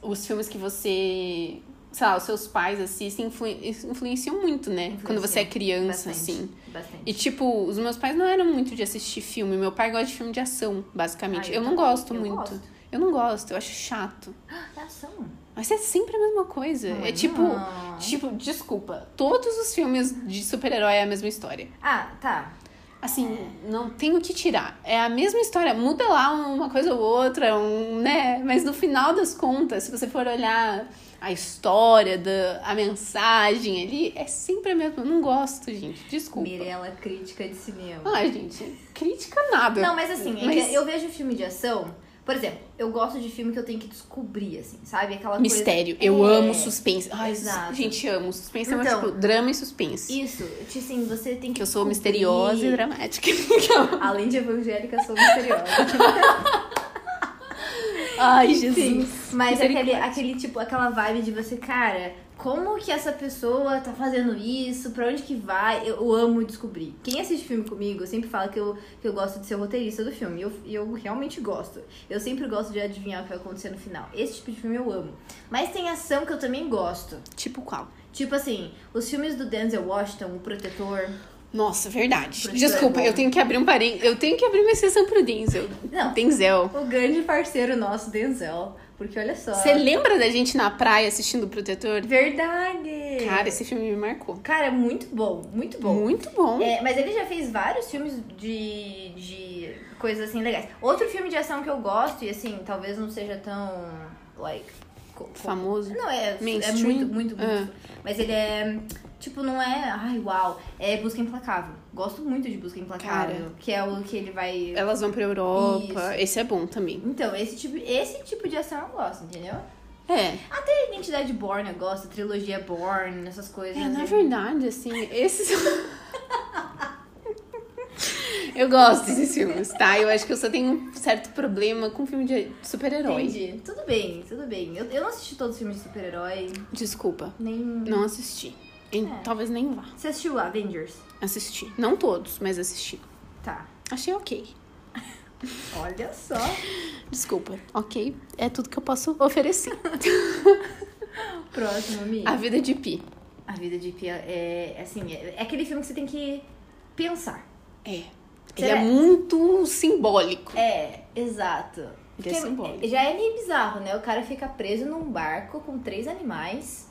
[SPEAKER 1] os filmes que você, sei lá, os seus pais assistem influ- influenciam muito, né? Quando você é criança,
[SPEAKER 2] Bastante,
[SPEAKER 1] assim.
[SPEAKER 2] Bastante.
[SPEAKER 1] E tipo, os meus pais não eram muito de assistir filme, meu pai gosta de filme de ação, basicamente. eu,
[SPEAKER 2] Ah, eu
[SPEAKER 1] não
[SPEAKER 2] também,
[SPEAKER 1] gosto
[SPEAKER 2] eu
[SPEAKER 1] muito.
[SPEAKER 2] gosto.
[SPEAKER 1] Eu não gosto, eu acho chato.
[SPEAKER 2] É ação.
[SPEAKER 1] Mas é sempre a mesma coisa.
[SPEAKER 2] Não
[SPEAKER 1] é tipo,
[SPEAKER 2] não.
[SPEAKER 1] tipo, desculpa, todos os filmes de super-herói é a mesma história.
[SPEAKER 2] Ah, tá.
[SPEAKER 1] Assim,
[SPEAKER 2] É.
[SPEAKER 1] não tem o que tirar. É a mesma história, muda lá uma coisa ou outra, um, né? Mas no final das contas, se você for olhar a história, da, a mensagem ali, é sempre a mesma. Eu não gosto, gente. Desculpa.
[SPEAKER 2] Mirella, crítica de cinema.
[SPEAKER 1] Ai, gente, crítica nada.
[SPEAKER 2] Não, mas assim, é que
[SPEAKER 1] Mas-
[SPEAKER 2] eu vejo filme de ação. Por exemplo, eu gosto de filme que eu tenho que descobrir, assim, sabe? Aquela
[SPEAKER 1] Mistério.
[SPEAKER 2] coisa.
[SPEAKER 1] Eu
[SPEAKER 2] É.
[SPEAKER 1] amo suspense. Ai,
[SPEAKER 2] Exato.
[SPEAKER 1] gente, amo. Suspense é
[SPEAKER 2] Então-
[SPEAKER 1] uma, tipo, drama e suspense.
[SPEAKER 2] Isso, tipo assim, você tem que.
[SPEAKER 1] Que eu sou
[SPEAKER 2] descobrir.
[SPEAKER 1] misteriosa e dramática. <laughs>
[SPEAKER 2] Além de evangélica, eu sou misteriosa.
[SPEAKER 1] Ai,
[SPEAKER 2] Sim,
[SPEAKER 1] Jesus.
[SPEAKER 2] mas aquele,
[SPEAKER 1] Misericórdia.
[SPEAKER 2] aquele tipo, aquela vibe de você, cara, como que essa pessoa tá fazendo isso? Pra onde que vai? Eu, eu amo descobrir. Quem assiste filme comigo, eu sempre falo que eu, que eu gosto de ser o roteirista do filme. E eu, e eu realmente gosto. Eu sempre gosto de adivinhar o que vai acontecer no final. Esse tipo de filme eu amo. Mas tem ação que eu também gosto.
[SPEAKER 1] Tipo qual?
[SPEAKER 2] Tipo assim, os filmes do Denzel Washington, O Protetor.
[SPEAKER 1] Nossa, verdade.
[SPEAKER 2] Por isso
[SPEAKER 1] Desculpa,
[SPEAKER 2] é bom.
[SPEAKER 1] eu tenho que abrir um parênteses. Eu tenho que abrir uma exceção pro Denzel.
[SPEAKER 2] Não.
[SPEAKER 1] Denzel.
[SPEAKER 2] O grande parceiro nosso, Denzel. Porque olha só.
[SPEAKER 1] Você lembra da gente na praia assistindo o Protetor?
[SPEAKER 2] Verdade!
[SPEAKER 1] Cara, esse filme me marcou.
[SPEAKER 2] Cara, é muito bom, muito bom.
[SPEAKER 1] Muito bom.
[SPEAKER 2] É, mas ele já fez vários filmes de, de coisas assim legais. Outro filme de ação que eu gosto, e assim, talvez não seja tão. Like. co- co-
[SPEAKER 1] Famoso.
[SPEAKER 2] Não, é, é
[SPEAKER 1] Mainstream?
[SPEAKER 2] muito, muito, muito.
[SPEAKER 1] Ah.
[SPEAKER 2] Mas ele é. Tipo, não é. Ai, uau. É Busca Implacável. Gosto muito de Busca Implacável.
[SPEAKER 1] Cara.
[SPEAKER 2] Que é o que ele vai.
[SPEAKER 1] Elas vão pra Europa. Esse é bom também.
[SPEAKER 2] Então, esse tipo, esse tipo de ação eu gosto, entendeu?
[SPEAKER 1] É.
[SPEAKER 2] Até Identidade Born eu gosto, trilogia Born, essas coisas.
[SPEAKER 1] É, na
[SPEAKER 2] né?
[SPEAKER 1] verdade, assim, esses. <laughs> eu gosto desses filmes, tá? Eu acho que eu só tenho um certo problema com filme de super-herói.
[SPEAKER 2] Entendi. Tudo bem, tudo bem. Eu, eu não assisti todos os filmes de super-herói,
[SPEAKER 1] Desculpa,
[SPEAKER 2] nem.
[SPEAKER 1] não assisti. E
[SPEAKER 2] É.
[SPEAKER 1] Talvez nem vá.
[SPEAKER 2] Você assistiu Avengers?
[SPEAKER 1] Assisti. Não todos, mas assisti.
[SPEAKER 2] Tá.
[SPEAKER 1] Achei ok.
[SPEAKER 2] Olha só.
[SPEAKER 1] Desculpa. Ok, é tudo que eu posso oferecer.
[SPEAKER 2] Próximo, Mi.
[SPEAKER 1] <laughs> A vida de Pi.
[SPEAKER 2] A Vida de Pia é assim, é, é aquele filme que você tem que pensar.
[SPEAKER 1] É. Ele
[SPEAKER 2] Será?
[SPEAKER 1] é muito simbólico.
[SPEAKER 2] É, exato.
[SPEAKER 1] Ele é
[SPEAKER 2] Porque
[SPEAKER 1] simbólico.
[SPEAKER 2] Já é meio bizarro, né? O cara fica preso num barco com três animais.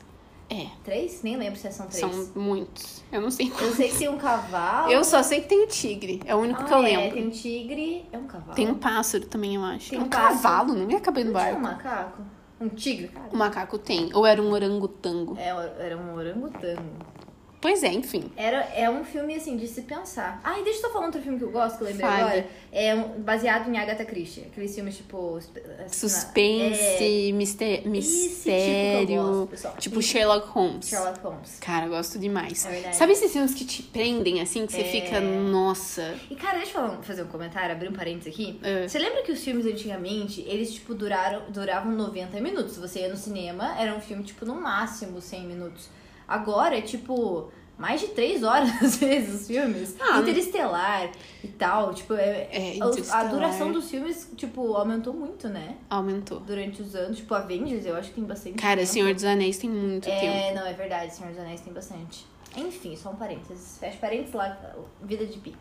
[SPEAKER 1] É.
[SPEAKER 2] Três? Nem lembro se são É três.
[SPEAKER 1] São muitos. Eu não sei qual.
[SPEAKER 2] Eu sei que tem um cavalo.
[SPEAKER 1] Eu só sei que tem o tigre. É o único
[SPEAKER 2] ah,
[SPEAKER 1] que eu
[SPEAKER 2] é,
[SPEAKER 1] lembro.
[SPEAKER 2] Tem um tigre. É um cavalo.
[SPEAKER 1] Tem um pássaro também, eu acho.
[SPEAKER 2] Tem
[SPEAKER 1] é um
[SPEAKER 2] um pássaro.
[SPEAKER 1] cavalo, não me acabei no
[SPEAKER 2] Não tinha um
[SPEAKER 1] barco.
[SPEAKER 2] macaco? Um tigre, cara.
[SPEAKER 1] O macaco tem. Ou era um orangotango.
[SPEAKER 2] É, era um orangotango.
[SPEAKER 1] Pois é, enfim.
[SPEAKER 2] Era, é um filme, assim, de se pensar. Ah, e deixa eu só falar outro filme que eu gosto, que eu lembrei
[SPEAKER 1] Fale.
[SPEAKER 2] agora. É um- baseado em Agatha Christie. Aqueles filmes, tipo... espe- É,
[SPEAKER 1] Suspense, misté-
[SPEAKER 2] esse tipo que eu
[SPEAKER 1] mistério.
[SPEAKER 2] gosto, pessoal.
[SPEAKER 1] Tipo
[SPEAKER 2] Isso.
[SPEAKER 1] Sherlock Holmes.
[SPEAKER 2] Sherlock Holmes.
[SPEAKER 1] Cara, eu gosto demais.
[SPEAKER 2] É verdade. É.
[SPEAKER 1] Sabe esses filmes que te prendem, assim, que você fica, nossa.
[SPEAKER 2] E, cara, deixa eu falar um- fazer um comentário, abrir um parênteses aqui.
[SPEAKER 1] É.
[SPEAKER 2] Você lembra que os filmes antigamente, eles, tipo, duraram, duravam 90 minutos. Se você ia no cinema, era um filme, tipo, no máximo 100 minutos. Agora é, tipo, mais de 3 horas, <laughs> às vezes, os filmes.
[SPEAKER 1] Ah,
[SPEAKER 2] Interestelar e tal. Tipo, é-
[SPEAKER 1] É,
[SPEAKER 2] a- a
[SPEAKER 1] Interestelar.
[SPEAKER 2] duração dos filmes, tipo, aumentou muito, né?
[SPEAKER 1] Aumentou.
[SPEAKER 2] Durante os anos. Tipo, Avengers, eu acho que tem bastante
[SPEAKER 1] Cara,
[SPEAKER 2] tempo.
[SPEAKER 1] Senhor dos Anéis tem muito tempo.
[SPEAKER 2] É, não, é verdade. Senhor dos Anéis tem bastante. Enfim, só um parênteses. Fecha parênteses lá. Vida de Pi.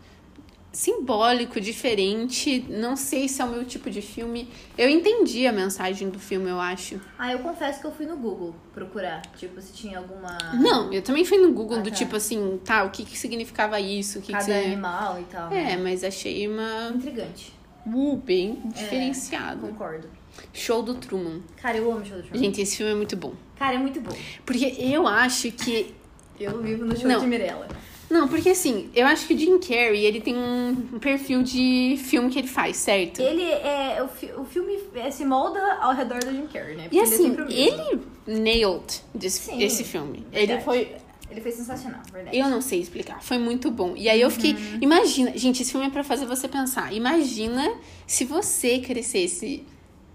[SPEAKER 1] Simbólico, diferente. Não sei se é o meu tipo de filme. Eu entendi a mensagem do filme, eu acho.
[SPEAKER 2] Ah, eu confesso que eu fui no Google procurar, tipo, se tinha alguma.
[SPEAKER 1] Não, eu também fui no Google
[SPEAKER 2] Ah,
[SPEAKER 1] do
[SPEAKER 2] tá.
[SPEAKER 1] tipo assim, tá, o que, que significava isso? O que, que
[SPEAKER 2] Cada
[SPEAKER 1] você.
[SPEAKER 2] animal e tal.
[SPEAKER 1] É,
[SPEAKER 2] né?
[SPEAKER 1] mas achei uma.
[SPEAKER 2] Intrigante.
[SPEAKER 1] Uh, bem diferenciado.
[SPEAKER 2] Concordo.
[SPEAKER 1] Show do Truman.
[SPEAKER 2] Cara, eu amo o show do Truman.
[SPEAKER 1] Gente, esse filme é muito bom.
[SPEAKER 2] Cara, é muito bom.
[SPEAKER 1] Porque eu acho que.
[SPEAKER 2] Eu vivo no show
[SPEAKER 1] Não.
[SPEAKER 2] de Mirella.
[SPEAKER 1] Não, porque assim, eu acho que o Jim Carrey, ele tem um perfil de filme que ele faz, certo?
[SPEAKER 2] Ele é. O, fi- o filme é, se molda ao redor do Jim Carrey, né? Porque
[SPEAKER 1] E assim,
[SPEAKER 2] sempre o mesmo.
[SPEAKER 1] ele nailed desse,
[SPEAKER 2] Sim,
[SPEAKER 1] esse filme.
[SPEAKER 2] verdade.
[SPEAKER 1] Ele foi.
[SPEAKER 2] Ele foi sensacional, verdade.
[SPEAKER 1] Eu não sei explicar, foi muito bom. E aí eu fiquei.
[SPEAKER 2] Uhum.
[SPEAKER 1] Imagina, gente, esse filme é pra fazer você pensar. Imagina se você crescesse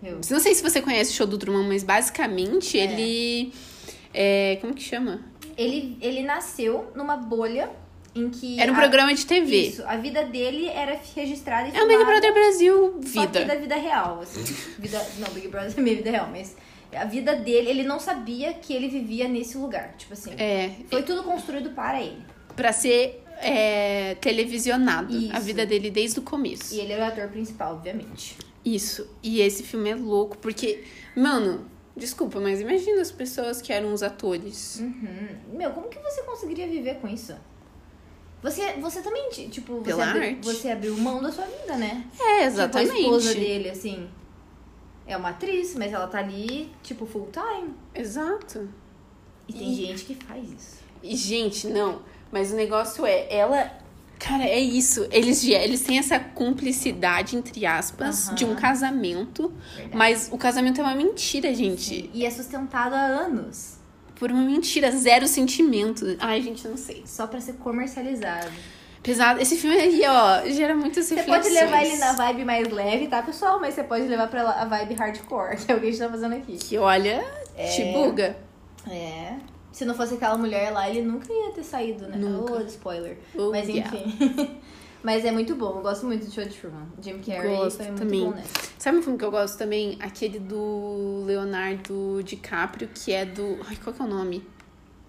[SPEAKER 2] Eu-
[SPEAKER 1] Não sei se você conhece o show do Drummond, mas basicamente ele. É, como que chama?
[SPEAKER 2] Ele, ele nasceu numa bolha em que.
[SPEAKER 1] Era um
[SPEAKER 2] a-
[SPEAKER 1] programa de TV.
[SPEAKER 2] Isso, a vida dele era registrada e
[SPEAKER 1] É o Big
[SPEAKER 2] filmada.
[SPEAKER 1] Brother Brasil
[SPEAKER 2] Só que da
[SPEAKER 1] vida.
[SPEAKER 2] vida
[SPEAKER 1] <laughs>
[SPEAKER 2] real, assim. Vida, não, Big Brother é minha vida real, mas a vida dele, ele não sabia que ele vivia nesse lugar. Tipo assim,
[SPEAKER 1] É,
[SPEAKER 2] foi tudo construído para ele.
[SPEAKER 1] pra ser é, televisionado. A
[SPEAKER 2] Isso.
[SPEAKER 1] vida dele desde o começo.
[SPEAKER 2] E ele era o ator principal, obviamente.
[SPEAKER 1] Isso. E esse filme é louco, porque, mano, desculpa, mas imagina as pessoas que eram os atores. Tipo,
[SPEAKER 2] Uhum. Meu, como que você conseguiria viver com isso? Você, você também, ti- tipo, você,
[SPEAKER 1] Pela
[SPEAKER 2] abri,
[SPEAKER 1] arte.
[SPEAKER 2] você abriu mão da sua vida, né?
[SPEAKER 1] É,
[SPEAKER 2] Tipo, a esposa
[SPEAKER 1] exatamente.
[SPEAKER 2] dele, assim, é uma atriz, mas ela tá ali, tipo, full time.
[SPEAKER 1] Exato.
[SPEAKER 2] E tem gente que faz isso.
[SPEAKER 1] E, gente, não. Mas o negócio é, ela. Cara, é isso. Eles, já- eles têm essa cumplicidade, entre aspas,
[SPEAKER 2] Aham.
[SPEAKER 1] de um casamento.
[SPEAKER 2] Verdade.
[SPEAKER 1] Mas o casamento é uma mentira, gente.
[SPEAKER 2] E é sustentado há anos,
[SPEAKER 1] Por uma mentira, zero sentimento. Ai, gente, eu não sei.
[SPEAKER 2] só pra ser comercializado.
[SPEAKER 1] Pesado. Esse filme aí, ó, gera muitas
[SPEAKER 2] Você
[SPEAKER 1] reflexões.
[SPEAKER 2] pode levar ele na vibe mais leve, tá, pessoal? Mas você pode levar pra lá- a vibe hardcore, <laughs> que é o que a gente tá fazendo aqui.
[SPEAKER 1] Que olha, te buga.
[SPEAKER 2] É. Se não fosse aquela mulher lá, ele nunca ia ter saído, né?
[SPEAKER 1] Nunca.
[SPEAKER 2] Oh, spoiler.
[SPEAKER 1] Oh,
[SPEAKER 2] Mas
[SPEAKER 1] yeah.
[SPEAKER 2] enfim. <laughs> Mas é muito bom, eu gosto muito do show de Truman. Jim Carrey
[SPEAKER 1] Gosto
[SPEAKER 2] foi muito
[SPEAKER 1] também.
[SPEAKER 2] bom, né?
[SPEAKER 1] Sabe um filme que eu gosto também? Aquele do Leonardo DiCaprio, que é do. Ai, qual que é o nome?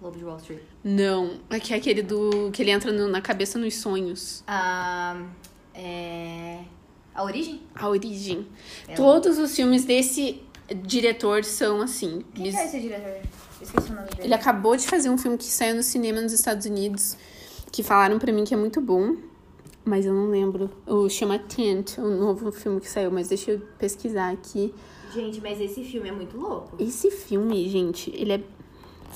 [SPEAKER 2] Lobo de Wall Street.
[SPEAKER 1] Não. É que é aquele do. que ele entra no- na cabeça nos sonhos.
[SPEAKER 2] Ah, é... A origem?
[SPEAKER 1] A origem.
[SPEAKER 2] É
[SPEAKER 1] Todos os filmes desse diretor são assim.
[SPEAKER 2] Quem
[SPEAKER 1] Bis-
[SPEAKER 2] que é esse diretor? Eu Esqueci o nome dele.
[SPEAKER 1] Ele acabou de fazer um filme que saiu no cinema nos Estados Unidos, que falaram pra mim que é muito bom, mas eu não lembro. O chama Tent, o novo filme que saiu, mas deixa eu pesquisar aqui.
[SPEAKER 2] Gente, mas esse filme é muito louco.
[SPEAKER 1] Esse filme, gente, ele é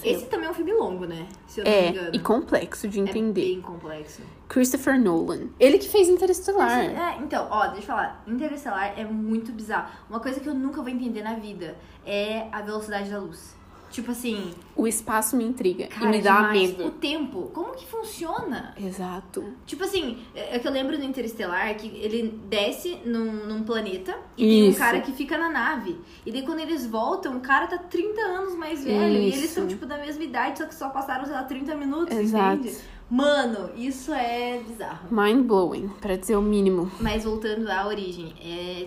[SPEAKER 2] Esse também é um filme longo, né? Se eu não me engano.
[SPEAKER 1] é e complexo de
[SPEAKER 2] É
[SPEAKER 1] entender.
[SPEAKER 2] bem complexo.
[SPEAKER 1] Christopher Nolan. Ele que fez Interestelar.
[SPEAKER 2] É, então, ó, deixa eu falar. Interestelar é muito bizarro. Uma coisa que eu nunca vou entender na vida é a velocidade da luz. Tipo assim,
[SPEAKER 1] O espaço me intriga
[SPEAKER 2] cara,
[SPEAKER 1] e me dá
[SPEAKER 2] demais. o
[SPEAKER 1] medo.
[SPEAKER 2] tempo, como que funciona?
[SPEAKER 1] Exato.
[SPEAKER 2] Tipo assim, é é que eu lembro do Interestelar que ele desce num, num planeta e tem um
[SPEAKER 1] Isso.
[SPEAKER 2] cara que fica na nave. E daí quando eles voltam, o cara tá 30 anos mais velho. E eles
[SPEAKER 1] Isso.
[SPEAKER 2] são, tipo, da mesma idade, só que só passaram, sei lá, 30 minutos,
[SPEAKER 1] Exato.
[SPEAKER 2] entende? Mano, isso é bizarro.
[SPEAKER 1] Mind blowing, pra dizer o mínimo.
[SPEAKER 2] Mas voltando à origem, é,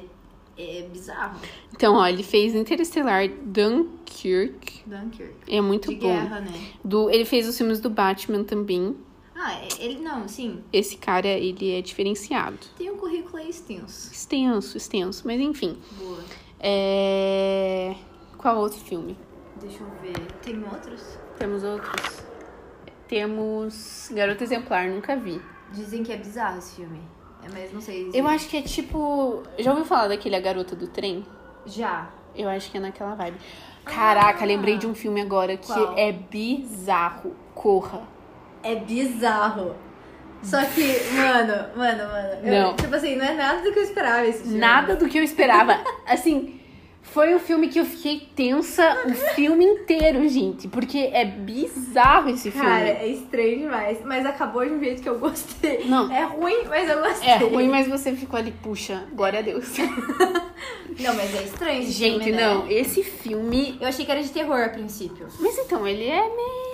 [SPEAKER 2] é bizarro.
[SPEAKER 1] Então, ó, ele fez Interestelar, Dunkirk,
[SPEAKER 2] Dunkirk.
[SPEAKER 1] é muito
[SPEAKER 2] de
[SPEAKER 1] bom.
[SPEAKER 2] guerra, né?
[SPEAKER 1] Do, ele fez os filmes do Batman também.
[SPEAKER 2] Ah, é- ele não, sim.
[SPEAKER 1] Esse cara, ele é diferenciado.
[SPEAKER 2] Tem um currículo aí extenso.
[SPEAKER 1] Extenso, extenso, mas enfim.
[SPEAKER 2] Boa.
[SPEAKER 1] É... Qual outro filme?
[SPEAKER 2] Deixa eu ver. Tem outros?
[SPEAKER 1] Temos outros? Temos Garota Exemplar, nunca vi.
[SPEAKER 2] Dizem que é bizarro esse filme. É, mas não sei. se-
[SPEAKER 1] Eu acho que é tipo... Já ouviu falar daquele A Garota do Trem?
[SPEAKER 2] Já.
[SPEAKER 1] Eu acho que é naquela vibe. Caraca,
[SPEAKER 2] Ah.
[SPEAKER 1] lembrei de um filme agora que
[SPEAKER 2] Qual?
[SPEAKER 1] é bizarro. Corra.
[SPEAKER 2] É bizarro. Só que, mano, mano, mano. eu-
[SPEAKER 1] Não.
[SPEAKER 2] tipo assim, não é nada do que eu esperava esse filme.
[SPEAKER 1] Nada do que eu
[SPEAKER 2] <laughs>
[SPEAKER 1] esperava. Assim, foi um filme que eu fiquei tensa o filme inteiro, gente. Porque é bizarro esse filme.
[SPEAKER 2] Cara, é estranho demais. Mas acabou de um jeito que eu gostei.
[SPEAKER 1] Não.
[SPEAKER 2] É ruim, mas eu gostei.
[SPEAKER 1] É ruim, mas você ficou ali, puxa, glória a Deus.
[SPEAKER 2] Não, mas é estranho. esse
[SPEAKER 1] Gente,
[SPEAKER 2] filme, né?
[SPEAKER 1] não, esse filme.
[SPEAKER 2] Eu achei que era de terror a princípio.
[SPEAKER 1] Mas então, ele é meio.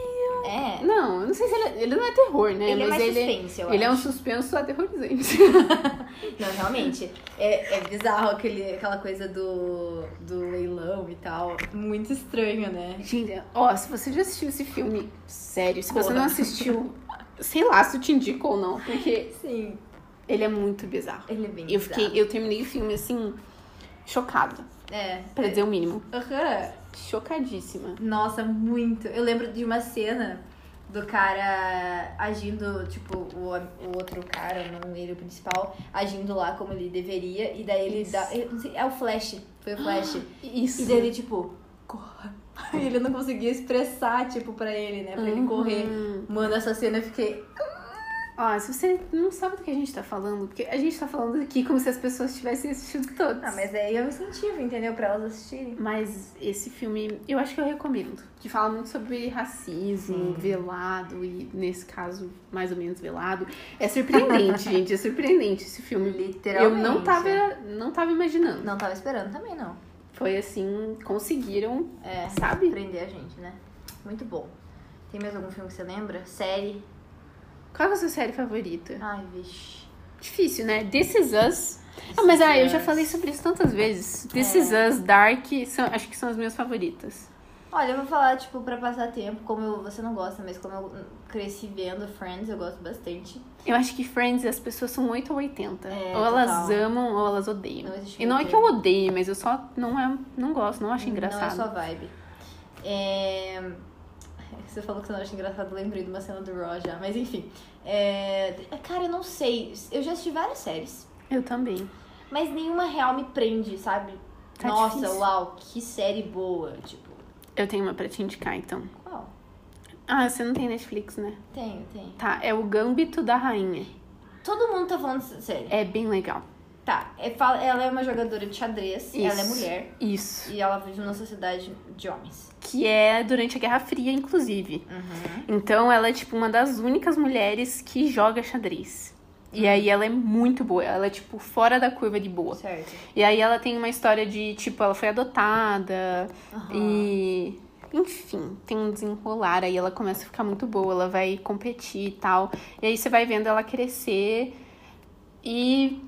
[SPEAKER 2] É.
[SPEAKER 1] Não, eu não sei se ele, é- ele não é terror, né?
[SPEAKER 2] Ele é
[SPEAKER 1] mas
[SPEAKER 2] mais
[SPEAKER 1] ele,
[SPEAKER 2] suspense, eu
[SPEAKER 1] ele é um
[SPEAKER 2] acho.
[SPEAKER 1] suspenso aterrorizante.
[SPEAKER 2] <laughs> Não, realmente. É, é bizarro aquele, aquela coisa do, do leilão e tal. Muito estranho, né?
[SPEAKER 1] Gente, ó, se você já assistiu esse filme, sério, se você
[SPEAKER 2] Porra.
[SPEAKER 1] não assistiu, sei lá se eu te indico ou não, porque
[SPEAKER 2] Sim.
[SPEAKER 1] ele é muito bizarro.
[SPEAKER 2] Ele é bem
[SPEAKER 1] Eu fiquei, eu terminei o filme assim, chocada,
[SPEAKER 2] bizarro. É.
[SPEAKER 1] pra dizer o mínimo.
[SPEAKER 2] Aham.
[SPEAKER 1] Chocadíssima.
[SPEAKER 2] Nossa, muito. Eu lembro de uma cena do cara agindo, tipo, o, hom- o outro cara, não ele o principal, agindo lá como ele deveria. E daí ele
[SPEAKER 1] Isso.
[SPEAKER 2] dá. eu não sei, é o Flash. Foi o Flash.
[SPEAKER 1] Isso.
[SPEAKER 2] E daí ele, tipo, corra. E <laughs> ele não conseguia expressar, tipo, pra ele, né? Pra ele
[SPEAKER 1] Uhum.
[SPEAKER 2] correr. Mano, essa cena eu fiquei.
[SPEAKER 1] Ó, se você não sabe do que a gente tá falando, porque a gente tá falando aqui como se as pessoas tivessem assistido todos.
[SPEAKER 2] Ah, mas aí é um incentivo, entendeu? Pra elas assistirem.
[SPEAKER 1] Mas esse filme, eu acho que eu recomendo. Que fala muito sobre racismo, velado, e nesse caso, mais ou menos velado. É <laughs> surpreendente, gente. É surpreendente esse filme. Eu
[SPEAKER 2] Literalmente.
[SPEAKER 1] não tava, não tava imaginando.
[SPEAKER 2] Não tava esperando também, não.
[SPEAKER 1] Foi assim, conseguiram,
[SPEAKER 2] É.
[SPEAKER 1] sabe?
[SPEAKER 2] Prender a gente, né? Muito bom. Tem mais algum filme que você lembra? Série?
[SPEAKER 1] Qual é a sua série favorita?
[SPEAKER 2] Ai, vixe.
[SPEAKER 1] Difícil, né? This Is Us. Ah, mas ah, eu já falei sobre isso tantas vezes.
[SPEAKER 2] É.
[SPEAKER 1] This Is Us, Dark, são- acho que são as minhas favoritas.
[SPEAKER 2] Olha, eu vou falar, tipo, pra passar tempo, como eu, você não gosta, mas como eu cresci vendo Friends, eu gosto bastante.
[SPEAKER 1] Eu acho que Friends, as pessoas são 8 ou 80.
[SPEAKER 2] É,
[SPEAKER 1] ou elas
[SPEAKER 2] total.
[SPEAKER 1] amam ou elas odeiam.
[SPEAKER 2] Não existe
[SPEAKER 1] e não é
[SPEAKER 2] meio
[SPEAKER 1] que eu odeie, mas eu só não, é, não gosto, não acho
[SPEAKER 2] Não é
[SPEAKER 1] engraçado.
[SPEAKER 2] sua vibe. É... Você falou que você não acha engraçado, lembrei de uma cena do Raw já, mas enfim. É... Cara, eu não sei. Eu já assisti várias séries,
[SPEAKER 1] Eu também.
[SPEAKER 2] mas nenhuma real me prende, sabe?
[SPEAKER 1] Tá
[SPEAKER 2] Nossa,
[SPEAKER 1] difícil.
[SPEAKER 2] uau, que série boa. Tipo,
[SPEAKER 1] Eu tenho uma pra te indicar, então.
[SPEAKER 2] qual?
[SPEAKER 1] Ah, você não tem Netflix, né?
[SPEAKER 2] Tem, tem.
[SPEAKER 1] Tá, é o Gambito da Rainha.
[SPEAKER 2] Todo mundo tá falando dessa série.
[SPEAKER 1] É bem legal.
[SPEAKER 2] Tá, é, fala- ela é uma jogadora de xadrez,
[SPEAKER 1] Isso.
[SPEAKER 2] ela é mulher
[SPEAKER 1] Isso.
[SPEAKER 2] e ela vive numa sociedade de homens.
[SPEAKER 1] Que é durante a Guerra Fria, inclusive. Então ela é tipo uma das únicas mulheres que joga xadrez. E aí ela é muito boa. Ela é tipo fora da curva de boa.
[SPEAKER 2] Certo.
[SPEAKER 1] E aí ela tem uma história de, tipo, ela foi adotada
[SPEAKER 2] Aham.
[SPEAKER 1] e. Enfim, tem um desenrolar, aí ela começa a ficar muito boa, ela vai competir e tal. E aí você vai vendo ela crescer e.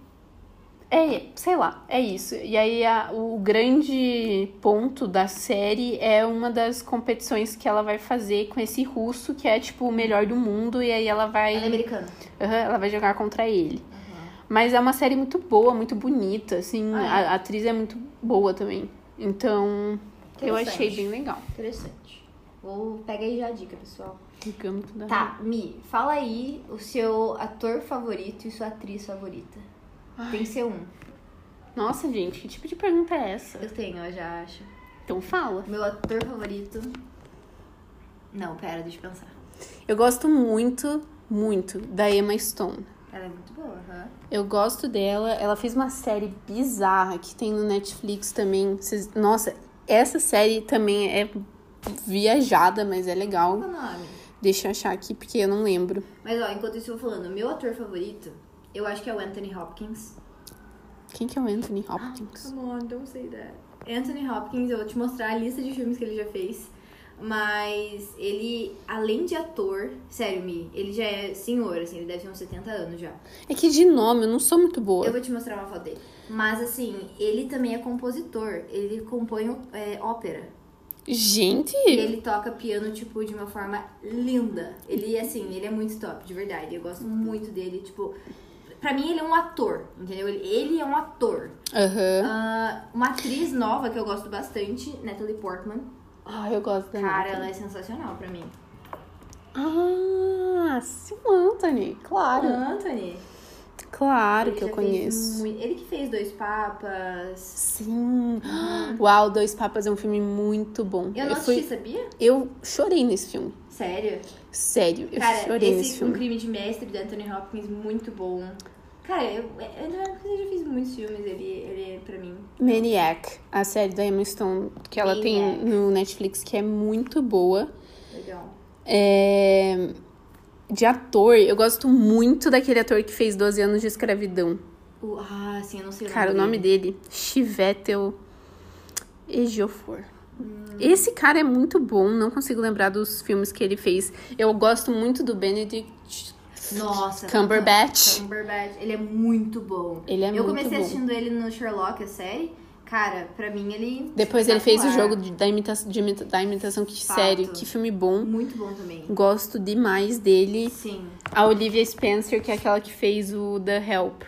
[SPEAKER 1] É, sei lá, é isso. E aí a- o grande ponto da série é uma das competições que ela vai fazer com esse russo que é, tipo, o melhor do mundo, e aí ela vai.
[SPEAKER 2] Ela é americana. Uhum.
[SPEAKER 1] Aham, ela vai jogar contra ele. Mas é uma série muito boa, muito bonita, assim.
[SPEAKER 2] Ah, é?
[SPEAKER 1] a, a atriz é muito boa também. Então, eu
[SPEAKER 2] Interessante.
[SPEAKER 1] achei bem legal.
[SPEAKER 2] Interessante. Vou... Pega aí já a dica, pessoal.
[SPEAKER 1] Digamos tudo
[SPEAKER 2] Tá, Mi, fala aí o seu ator favorito e sua atriz favorita. Tem que ser um.
[SPEAKER 1] Nossa, gente, que tipo de pergunta é essa?
[SPEAKER 2] Eu tenho, eu já acho.
[SPEAKER 1] Então fala.
[SPEAKER 2] Meu ator favorito. Não, pera, deixa eu pensar.
[SPEAKER 1] Eu gosto muito, muito da Emma Stone.
[SPEAKER 2] Ela é muito boa, aham.
[SPEAKER 1] Eu gosto dela. Ela fez uma série bizarra que tem no Netflix também. Vocês- Nossa, essa série também é viajada, mas é
[SPEAKER 2] Qual
[SPEAKER 1] legal.
[SPEAKER 2] é o nome?
[SPEAKER 1] Deixa eu achar aqui porque eu não lembro.
[SPEAKER 2] Mas ó, enquanto isso eu vou falando, meu ator favorito, eu acho que é o Anthony Hopkins.
[SPEAKER 1] Quem que é o Anthony Hopkins?
[SPEAKER 2] Come on, don't say that. Anthony Hopkins, eu vou te mostrar a lista de filmes que ele já fez. Mas ele, além de ator, sério, Mi, ele já é senhor, assim, ele deve ter uns 70 anos já.
[SPEAKER 1] É que de nome eu não sou muito boa.
[SPEAKER 2] Eu vou te mostrar uma foto dele. Mas assim, ele também é compositor, ele compõe é, ópera.
[SPEAKER 1] Gente!
[SPEAKER 2] E ele toca piano, tipo, de uma forma linda. Ele, assim, ele é muito top, de verdade. Eu gosto muito dele, tipo... Pra mim, ele é um ator, entendeu? Ele, ele é um ator.
[SPEAKER 1] Aham.
[SPEAKER 2] Ah, uma atriz nova que eu gosto bastante, Natalie Portman.
[SPEAKER 1] Ah, eu gosto da
[SPEAKER 2] Cara,
[SPEAKER 1] Nathalie.
[SPEAKER 2] ela é sensacional pra mim.
[SPEAKER 1] Ah, sim, Anthony, claro.
[SPEAKER 2] Anthony.
[SPEAKER 1] Claro que
[SPEAKER 2] Ele
[SPEAKER 1] eu
[SPEAKER 2] já fez
[SPEAKER 1] conheço.
[SPEAKER 2] mui- Ele que fez Dois Papas.
[SPEAKER 1] Sim. Uau, Dois Papas é um filme muito bom.
[SPEAKER 2] Uhum. Eu não
[SPEAKER 1] fui-
[SPEAKER 2] assisti, sabia?
[SPEAKER 1] eu chorei nesse filme.
[SPEAKER 2] Sério?
[SPEAKER 1] Sério, eu
[SPEAKER 2] Cara,
[SPEAKER 1] chorei nesse
[SPEAKER 2] esse Um
[SPEAKER 1] filme.
[SPEAKER 2] Crime de Mestre de Anthony Hopkins, muito bom. Cara, eu, eu, não- eu já fiz muitos filmes, ele, ele é pra mim.
[SPEAKER 1] Maniac, a série da Emma Stone, que ela tem
[SPEAKER 2] Maniac.
[SPEAKER 1] no Netflix, que é muito boa.
[SPEAKER 2] Legal.
[SPEAKER 1] É, De ator, eu gosto muito daquele ator que fez 12 anos de escravidão.
[SPEAKER 2] O- ah, sim, eu não sei
[SPEAKER 1] Cara, o nome dele, Chivetel Ejiofor.
[SPEAKER 2] Hum.
[SPEAKER 1] Esse cara é muito bom, não consigo lembrar dos filmes que ele fez. Eu gosto muito do Benedict.
[SPEAKER 2] dele. Nossa.
[SPEAKER 1] Cumberbatch.
[SPEAKER 2] Cumberbatch. Ele é muito bom.
[SPEAKER 1] Ele é
[SPEAKER 2] eu
[SPEAKER 1] muito bom.
[SPEAKER 2] comecei assistindo ele no Sherlock, a série. Cara, pra mim ele. tá
[SPEAKER 1] Depois ele fez o
[SPEAKER 2] espetacular.
[SPEAKER 1] jogo de- da, imitação, de imita- da imitação, que
[SPEAKER 2] Fato.
[SPEAKER 1] série, que filme bom.
[SPEAKER 2] Muito bom também.
[SPEAKER 1] Gosto demais dele.
[SPEAKER 2] Sim.
[SPEAKER 1] A Olivia Spencer, que é aquela que fez o The Help.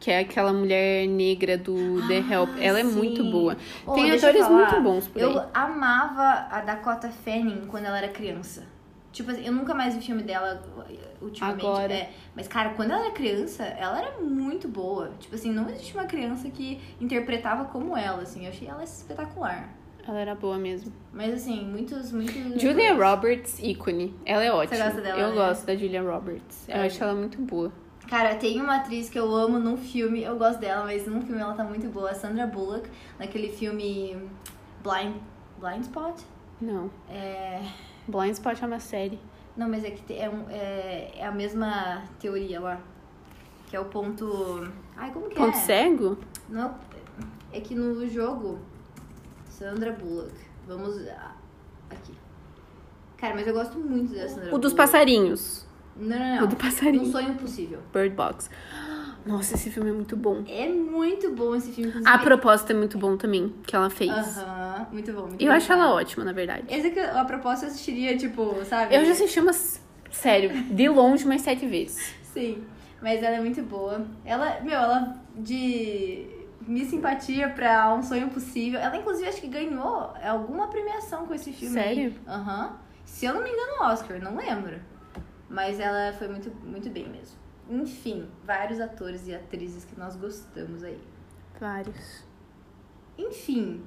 [SPEAKER 1] Que é aquela mulher negra do The Help.
[SPEAKER 2] Ah,
[SPEAKER 1] Ela é
[SPEAKER 2] sim.
[SPEAKER 1] muito boa.
[SPEAKER 2] Ó,
[SPEAKER 1] Tem
[SPEAKER 2] deixa eu
[SPEAKER 1] atores
[SPEAKER 2] falar.
[SPEAKER 1] muito bons por
[SPEAKER 2] Eu
[SPEAKER 1] aí.
[SPEAKER 2] amava a Dakota Fanning quando ela era criança. Tipo assim, eu nunca mais vi filme dela ultimamente.
[SPEAKER 1] Agora.
[SPEAKER 2] é. Mas, cara, quando ela era criança, ela era muito boa. Tipo assim, não existe uma criança que interpretava como ela, assim. Eu achei ela espetacular.
[SPEAKER 1] Ela era boa mesmo.
[SPEAKER 2] Mas, assim, muitos, muitos...
[SPEAKER 1] Julia Roberts, ícone. Ela é ótima.
[SPEAKER 2] gosta dela,
[SPEAKER 1] eu
[SPEAKER 2] né?
[SPEAKER 1] gosto da Julia Roberts. Eu
[SPEAKER 2] É.
[SPEAKER 1] acho ela muito boa.
[SPEAKER 2] Cara, tem uma atriz que eu amo num filme. Eu gosto dela, mas num filme ela tá muito boa. A Sandra Bullock, naquele filme Blind... Blind Spot?
[SPEAKER 1] Não.
[SPEAKER 2] É...
[SPEAKER 1] Blind Spot é uma série.
[SPEAKER 2] Não, mas é que te- é, um- é, é a mesma teoria lá. Que é o ponto. Ai, como que
[SPEAKER 1] Ponto
[SPEAKER 2] é?
[SPEAKER 1] cego?
[SPEAKER 2] Não, é o- é que no jogo. Sandra Bullock. Vamos. a- Aqui. Cara, mas eu gosto muito da Sandra
[SPEAKER 1] O dos
[SPEAKER 2] Bullock.
[SPEAKER 1] passarinhos.
[SPEAKER 2] Não, É. não, não.
[SPEAKER 1] O do passarinho.
[SPEAKER 2] Um sonho possível.
[SPEAKER 1] Bird Box. Nossa, esse filme é muito bom.
[SPEAKER 2] É muito bom esse filme. inclusive.
[SPEAKER 1] A proposta é muito bom também, que ela fez.
[SPEAKER 2] Aham, muito bom. Muito
[SPEAKER 1] Eu
[SPEAKER 2] bom.
[SPEAKER 1] acho ela ótima, na verdade.
[SPEAKER 2] Essa que eu- a proposta eu assistiria, tipo, sabe?
[SPEAKER 1] Eu já assisti umas. Sério, de longe mais sete vezes.
[SPEAKER 2] Sim, mas ela é muito boa. Ela, meu, ela de Miss Simpatia pra Um Sonho Possível. Ela, inclusive, acho que ganhou alguma premiação com esse filme. aí.
[SPEAKER 1] Sério?
[SPEAKER 2] Aham. Se eu não me engano, Oscar, não lembro. Mas ela foi muito, muito bem mesmo. Enfim, vários atores e atrizes que nós gostamos aí.
[SPEAKER 1] Vários.
[SPEAKER 2] Enfim,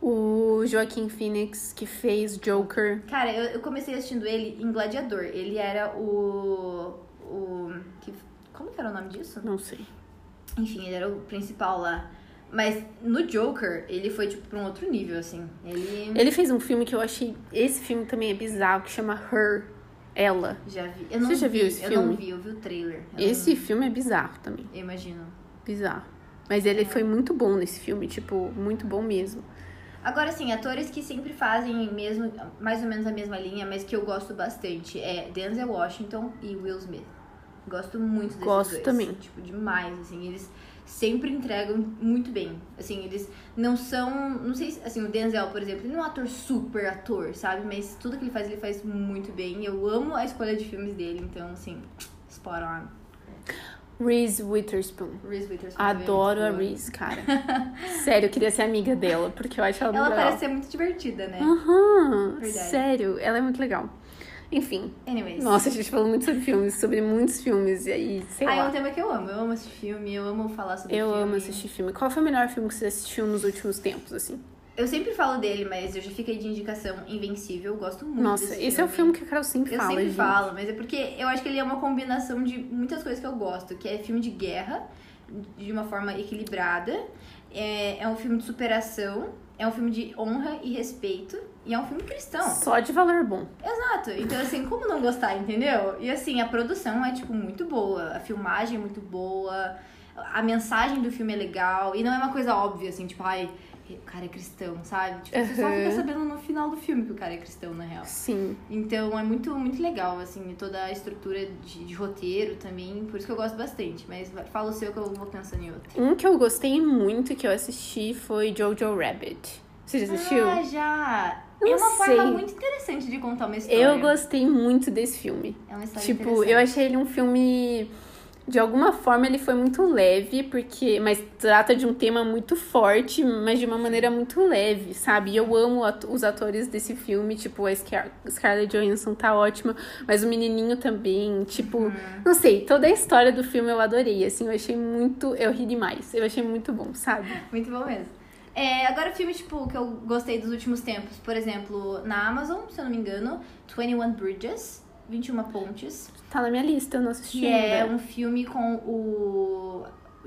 [SPEAKER 1] O Joaquim Phoenix, que fez Joker.
[SPEAKER 2] cara, eu, eu comecei assistindo ele em Gladiador. Ele era o. o que, como que era o nome disso?
[SPEAKER 1] Não sei.
[SPEAKER 2] Enfim, ele era o principal lá. Mas no Joker, ele foi, tipo, pra um outro nível, assim. Ele.
[SPEAKER 1] Ele fez um filme que eu achei. Esse filme também é bizarro, que chama Her. Ela.
[SPEAKER 2] Já vi. Eu não
[SPEAKER 1] Você já
[SPEAKER 2] vi,
[SPEAKER 1] viu esse
[SPEAKER 2] eu
[SPEAKER 1] filme?
[SPEAKER 2] não vi, eu vi o trailer. Eu
[SPEAKER 1] Esse filme é bizarro também.
[SPEAKER 2] não- eu imagino.
[SPEAKER 1] Bizarro. Mas ele foi muito bom nesse filme, tipo, muito bom mesmo.
[SPEAKER 2] Agora, assim, atores que sempre fazem mesmo, mais ou menos a mesma linha, mas que eu gosto bastante é Denzel Washington e Will Smith. Gosto muito desses
[SPEAKER 1] Gosto
[SPEAKER 2] dois.
[SPEAKER 1] também.
[SPEAKER 2] Tipo, demais, assim, eles sempre entregam muito bem. Assim, eles não são, não sei, se- assim, o Denzel, por exemplo, ele não é um ator super ator, sabe? Mas tudo que ele faz, ele faz muito bem. Eu amo a escolha de filmes dele, então, assim, spot on.
[SPEAKER 1] Reese Witherspoon.
[SPEAKER 2] Reese Witherspoon. também é muito
[SPEAKER 1] Adoro a
[SPEAKER 2] boa.
[SPEAKER 1] Reese, cara.
[SPEAKER 2] <laughs>
[SPEAKER 1] Sério, eu queria ser amiga dela, porque eu acho ela,
[SPEAKER 2] Ela
[SPEAKER 1] muito
[SPEAKER 2] parece
[SPEAKER 1] legal.
[SPEAKER 2] ser muito divertida,
[SPEAKER 1] Ah.
[SPEAKER 2] né?
[SPEAKER 1] Aham,
[SPEAKER 2] Verdade.
[SPEAKER 1] sério, ela é muito legal. Enfim,
[SPEAKER 2] Anyways.
[SPEAKER 1] nossa, a gente falou muito sobre filmes, sobre muitos filmes, e aí, sei
[SPEAKER 2] Ah, é um
[SPEAKER 1] lá.
[SPEAKER 2] tema que eu amo. Eu amo esse filme, eu amo falar sobre
[SPEAKER 1] Eu
[SPEAKER 2] filme.
[SPEAKER 1] amo assistir filme. Qual foi o melhor filme que você assistiu nos últimos tempos, assim?
[SPEAKER 2] Eu sempre falo dele, mas eu já fiquei de indicação Invencível. Eu gosto muito
[SPEAKER 1] Nossa,
[SPEAKER 2] desse
[SPEAKER 1] esse é o filme que a Carol sempre
[SPEAKER 2] Eu
[SPEAKER 1] fala,
[SPEAKER 2] sempre
[SPEAKER 1] gente.
[SPEAKER 2] falo, mas é porque eu acho que ele é uma combinação de muitas coisas que eu gosto, que é filme de guerra, de uma forma equilibrada, é, é um filme de superação, é um filme de honra e respeito, e é um filme cristão.
[SPEAKER 1] Só de valor bom.
[SPEAKER 2] Exato. Então, assim, como não gostar, entendeu? E assim, a produção é, tipo, muito boa, a filmagem é muito boa, a mensagem do filme é legal, e não é uma coisa óbvia, assim, tipo, ai, o cara é cristão, sabe? Tipo, você só
[SPEAKER 1] Uhum.
[SPEAKER 2] fica sabendo no final do filme que o cara é cristão, na real.
[SPEAKER 1] Sim.
[SPEAKER 2] Então é muito, muito legal, assim, toda a estrutura de, de roteiro também, por isso que eu gosto bastante. Mas fala o seu que eu vou pensando em outro.
[SPEAKER 1] Um que eu gostei muito que eu assisti foi Jojo Rabbit. Você já assistiu?
[SPEAKER 2] Ah, já!
[SPEAKER 1] Não
[SPEAKER 2] é uma
[SPEAKER 1] sei.
[SPEAKER 2] forma muito interessante de contar uma história.
[SPEAKER 1] eu gostei muito desse filme.
[SPEAKER 2] É uma história
[SPEAKER 1] tipo,
[SPEAKER 2] interessante.
[SPEAKER 1] eu achei ele um filme de alguma forma ele foi muito leve, porque mas trata de um tema muito forte, mas de uma maneira muito leve, sabe? E eu amo ato- os atores desse filme, tipo, a Scar Scarlett Johansson tá ótima, mas o menininho também, tipo,
[SPEAKER 2] Uhum.
[SPEAKER 1] não sei, toda a história do filme eu adorei, assim, eu achei muito, eu ri demais, eu achei muito bom, sabe?
[SPEAKER 2] Muito bom mesmo. É, agora, filme, tipo, que eu gostei dos últimos tempos. Por exemplo, na Amazon, se eu não me engano, 21 Bridges, 21 Pontes.
[SPEAKER 1] Tá na minha lista, eu não assisti
[SPEAKER 2] Que é
[SPEAKER 1] ainda.
[SPEAKER 2] um filme com o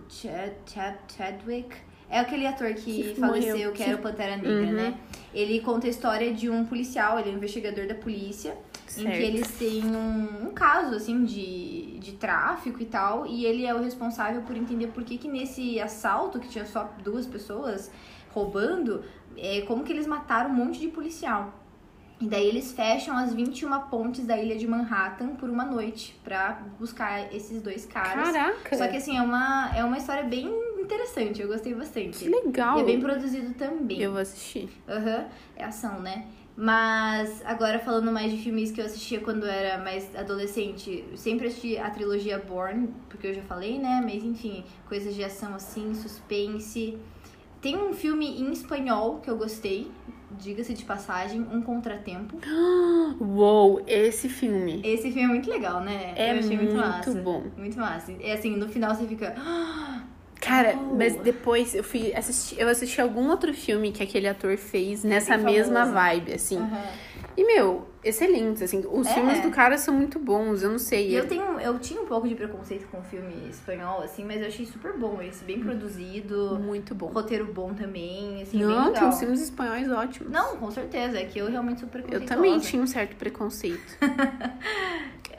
[SPEAKER 2] Chad, Chad, Chadwick. É aquele ator que,
[SPEAKER 1] Que
[SPEAKER 2] faleceu,
[SPEAKER 1] morreu,
[SPEAKER 2] que
[SPEAKER 1] que-
[SPEAKER 2] era o Pantera Negra,
[SPEAKER 1] Uhum.
[SPEAKER 2] né? Ele conta a história de um policial, ele é um investigador da polícia. Em que eles têm um, um caso, assim, de, de tráfico e tal. E ele é o responsável por entender por que que nesse assalto, que tinha só duas pessoas roubando, é, como que eles mataram um monte de policial. E daí eles fecham as 21 pontes da ilha de Manhattan por uma noite pra buscar esses dois caras.
[SPEAKER 1] Caraca,
[SPEAKER 2] Só que, assim, é uma, é uma história bem interessante. Eu gostei bastante.
[SPEAKER 1] que legal.
[SPEAKER 2] E é bem produzido também.
[SPEAKER 1] Eu vou assistir.
[SPEAKER 2] Aham, é ação, né? Mas agora falando mais de filmes que eu assistia quando eu era mais adolescente, eu sempre assisti a trilogia Born, porque eu já falei, né? Mas enfim, coisas de ação assim, suspense. Tem um filme em espanhol que eu gostei, diga-se de passagem, Um Contratempo.
[SPEAKER 1] Uou, esse filme
[SPEAKER 2] Esse filme é muito legal, né?
[SPEAKER 1] é
[SPEAKER 2] eu achei muito, massa.
[SPEAKER 1] bom.
[SPEAKER 2] Muito massa. É assim, no final você fica. "Ah!"
[SPEAKER 1] Cara,
[SPEAKER 2] Uau.
[SPEAKER 1] mas depois eu fui assistir, eu assisti algum outro filme que aquele ator fez nessa
[SPEAKER 2] Bem
[SPEAKER 1] mesma
[SPEAKER 2] famoso.
[SPEAKER 1] vibe, assim.
[SPEAKER 2] Aham.
[SPEAKER 1] E, meu, excelentes, assim. Os
[SPEAKER 2] É.
[SPEAKER 1] filmes do cara são muito bons, eu não sei. é
[SPEAKER 2] E eu tenho, eu tinha um pouco de preconceito com filme espanhol, assim, mas eu achei super bom esse, bem produzido,
[SPEAKER 1] Muito bom.
[SPEAKER 2] um roteiro bom também, assim, bem
[SPEAKER 1] Não, tem
[SPEAKER 2] legal.
[SPEAKER 1] uns filmes espanhóis ótimos.
[SPEAKER 2] Não, com certeza, é que eu realmente sou
[SPEAKER 1] Eu
[SPEAKER 2] preconceituosa.
[SPEAKER 1] também tinha um certo
[SPEAKER 2] <laughs>
[SPEAKER 1] preconceito.